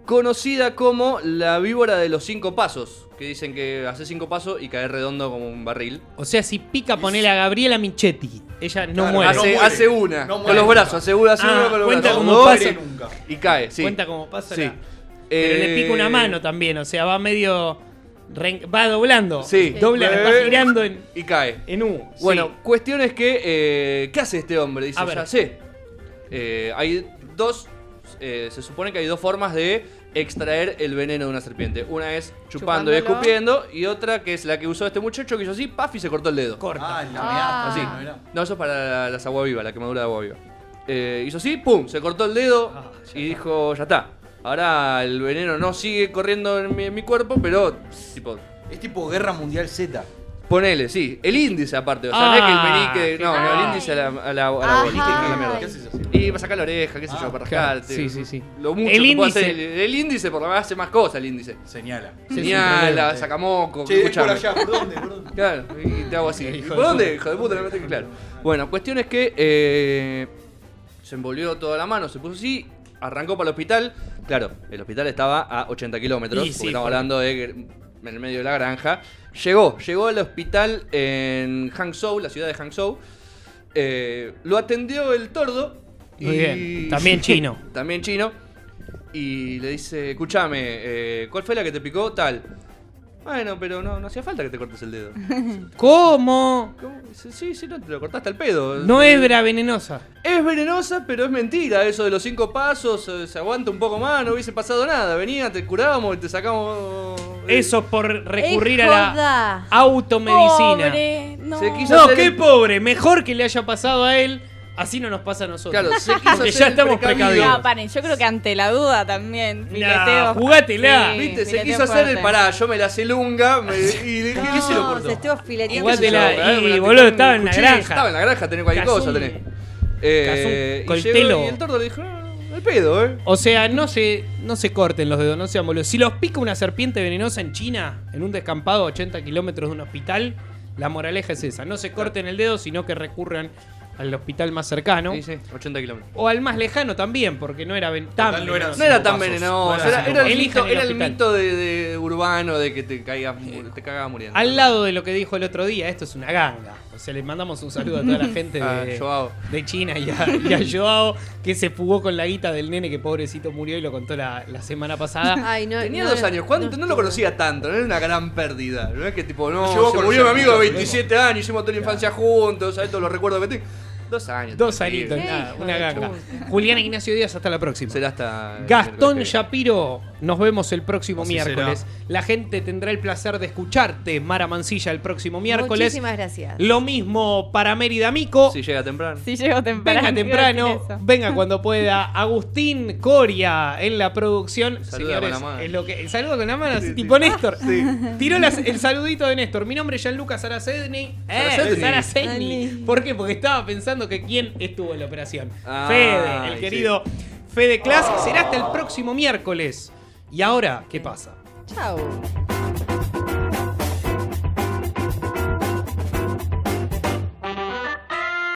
Speaker 3: Conocida como la víbora de los cinco pasos. Que dicen que hace cinco pasos y cae redondo como un barril.
Speaker 5: O sea, si pica, ponele a Gabriela Michetti. Ella no
Speaker 3: Claro,
Speaker 5: muere. Ah,
Speaker 3: hace- hace una, con los brazos, hace una, hace una con los
Speaker 5: cuenta
Speaker 3: brazos.
Speaker 5: Como
Speaker 3: No
Speaker 5: pasa,
Speaker 3: muere nunca. Y cae, sí.
Speaker 5: Cuenta como pasa.
Speaker 3: Sí.
Speaker 5: la- Pero le pica una
Speaker 3: Eh,
Speaker 5: mano también, o sea, va medio. re- Va doblando.
Speaker 3: Sí.
Speaker 5: Dobla, va girando en.
Speaker 3: Y cae.
Speaker 5: En U.
Speaker 3: Bueno,
Speaker 5: sí.
Speaker 3: cuestión es que. eh, ¿Qué hace este hombre? Dice,
Speaker 5: A ver.
Speaker 3: ya sé. Eh, hay dos. eh, se supone que hay dos formas de extraer el veneno de una serpiente. Una es chupando y
Speaker 5: Chupándolo.
Speaker 3: escupiendo. Y otra que es la que usó este muchacho que hizo así, paf, y se cortó el dedo.
Speaker 5: Corta.
Speaker 3: Ah. Así. No, eso es para las aguavivas, la quemadura de aguaviva. Eh, hizo así, pum, se cortó el dedo
Speaker 5: Ah,
Speaker 3: y dijo, ya está. Ahora el veneno no sigue corriendo en mi, en mi cuerpo, pero tipo,
Speaker 7: Es tipo Guerra Mundial Z.
Speaker 3: ponele, sí. El índice aparte, o sea, no
Speaker 7: Ah,
Speaker 3: es que el menique, no, no, el índice a la, a la, a la
Speaker 7: Ajá.
Speaker 3: bolita, a la mierda. Y para sacar la oreja, qué sé yo, para
Speaker 5: Ah, claro.
Speaker 3: rascarte.
Speaker 5: Sí, sí, sí.
Speaker 3: Lo mucho
Speaker 5: El
Speaker 3: que puede
Speaker 5: índice.
Speaker 3: hacer el, el índice, por lo menos hace más cosas el índice.
Speaker 7: Señala.
Speaker 3: Señala, sacamoco,
Speaker 7: Che, es por
Speaker 3: escuchame.
Speaker 7: allá, ¿por dónde? ¿Por dónde?
Speaker 3: Claro, y te hago así.
Speaker 7: Hijo
Speaker 3: ¿Y
Speaker 7: de
Speaker 3: ¿Por
Speaker 7: puta.
Speaker 3: dónde? Hijo de puta, no me tengo claro. Bueno, cuestión es que eh, se envolvió toda la mano, se puso así, arrancó para el hospital. Claro, el hospital estaba a 80 kilómetros,
Speaker 5: Y
Speaker 3: porque
Speaker 5: sí,
Speaker 3: estamos
Speaker 5: por-
Speaker 3: hablando de que- en el medio de la granja. Llegó, llegó al hospital en Hangzhou, la ciudad de Hangzhou. Eh, lo atendió el tordo.
Speaker 5: Muy
Speaker 3: y- *laughs*
Speaker 5: bien, también chino.
Speaker 3: también chino. Y le dice, escúchame, eh, ¿cuál fue la que te picó? Tal. Bueno, pero no, no hacía falta que te cortes el dedo.
Speaker 5: ¿Cómo?
Speaker 3: ¿Cómo? Sí, Sí, sí, no, te lo cortaste al pedo.
Speaker 5: No hebra venenosa.
Speaker 3: Es venenosa, pero es mentira eso de los cinco pasos. eh, Se aguanta un poco más, no hubiese pasado nada. Venía, te curábamos, te sacamos. eh,
Speaker 5: Eso por recurrir
Speaker 3: Es
Speaker 5: a la
Speaker 3: joda.
Speaker 5: automedicina.
Speaker 3: Pobre, no. Se quiso
Speaker 5: no,
Speaker 3: hacer
Speaker 5: qué
Speaker 3: el-
Speaker 5: pobre. Mejor que le haya pasado a él. Así no nos pasa a nosotros.
Speaker 10: *laughs*
Speaker 3: Claro, se quiso
Speaker 5: Porque
Speaker 3: hacer
Speaker 5: ya
Speaker 3: el
Speaker 5: estamos
Speaker 3: precavido.
Speaker 5: precavidos.
Speaker 10: No, paren, yo creo que ante la duda también. fileteo-
Speaker 5: jugatela.
Speaker 10: Sí,
Speaker 3: Viste, se
Speaker 10: fileteo
Speaker 3: quiso hacer el
Speaker 10: fuerte.
Speaker 3: pará, yo me la sé lunga me- y dije, ¿qué se lo cortó?
Speaker 6: se estuvo fileteando.
Speaker 3: Qué sé yo,
Speaker 5: Guátela,
Speaker 3: ¿verdad?
Speaker 5: y,
Speaker 3: Una-
Speaker 5: boludo,
Speaker 3: un
Speaker 5: estaba en la
Speaker 3: cuchillo,
Speaker 5: granja.
Speaker 3: Estaba en la granja, tenés cualquier
Speaker 5: Cazú.
Speaker 3: cosa, tenés. Eh,
Speaker 5: Cazú,
Speaker 3: y llegó
Speaker 5: coltelo.
Speaker 3: Y el tordo le dijo, "Ah, al pedo, eh.
Speaker 5: O sea, no se, no se corten los dedos, no sean boludos. Si los pica una serpiente venenosa en China, en un descampado a 80 kilómetros de un hospital, la moraleja es esa. No se corten el dedo, sino que recurran al hospital más cercano.
Speaker 3: 80 kilómetros.
Speaker 5: O al más lejano también, porque no era ven- tan
Speaker 3: no era,
Speaker 5: venenoso.
Speaker 3: tan
Speaker 5: Pasos.
Speaker 3: venenoso,
Speaker 5: No
Speaker 3: era,
Speaker 5: así.
Speaker 3: era el
Speaker 5: Elijan
Speaker 3: mito, era el
Speaker 5: hospital.
Speaker 3: mito de, de urbano de que te caigas, mu- te cagas muriendo.
Speaker 5: Al lado de lo que dijo el otro día, esto es una ganga. O sea, le mandamos un saludo a toda
Speaker 3: *laughs*
Speaker 5: la gente de,
Speaker 3: A Ah, Joao.
Speaker 5: de China y a,
Speaker 3: *laughs*
Speaker 5: y a Joao, que se fugó con la guita del nene que pobrecito murió y lo contó la, la semana pasada.
Speaker 6: Ay, no,
Speaker 5: Tenía
Speaker 3: Tenía dos años, ¿cuánto? No, lo conocía tanto, no era una gran pérdida. No es que tipo, no,
Speaker 5: Llegó
Speaker 3: se
Speaker 5: con
Speaker 3: murió mi
Speaker 5: los
Speaker 3: amigo de
Speaker 5: amigos,
Speaker 3: 27 años, hicimos toda la infancia juntos, ¿sabes? Todos los recuerdos que tengo. Dos años.
Speaker 5: Dos
Speaker 3: tranquilo.
Speaker 5: añitos, nada, una ganga. Julián Ignacio Díaz, hasta la próxima.
Speaker 3: Será hasta. el
Speaker 5: Gastón
Speaker 3: miércoles.
Speaker 5: Shapiro, nos vemos el próximo
Speaker 3: Así
Speaker 5: miércoles. La gente tendrá el placer de escucharte, Mara Mancilla, el próximo miércoles.
Speaker 6: Muchísimas gracias.
Speaker 5: Lo mismo para Mérida Mico.
Speaker 3: Si llega temprano.
Speaker 10: Si llego temprano.
Speaker 5: Venga
Speaker 10: *laughs* quiero decir
Speaker 5: temprano,
Speaker 10: eso.
Speaker 5: venga cuando pueda. Agustín Coria en la producción.
Speaker 3: Saluda
Speaker 5: Señores,
Speaker 3: con la mano.
Speaker 5: es lo que, el saludo con la mano, así, tipo Néstor. Tiró las- el saludito de Néstor. Mi nombre es Gianluca Saraceni. Eh,
Speaker 3: Saraceni.
Speaker 5: Saraceni. ¿Por qué? Porque estaba pensando que quién estuvo en la operación.
Speaker 3: Ah,
Speaker 5: Fede, el
Speaker 3: sí.
Speaker 5: querido Fede Class. Será hasta el próximo miércoles. ¿Y ahora qué pasa?
Speaker 6: Chao.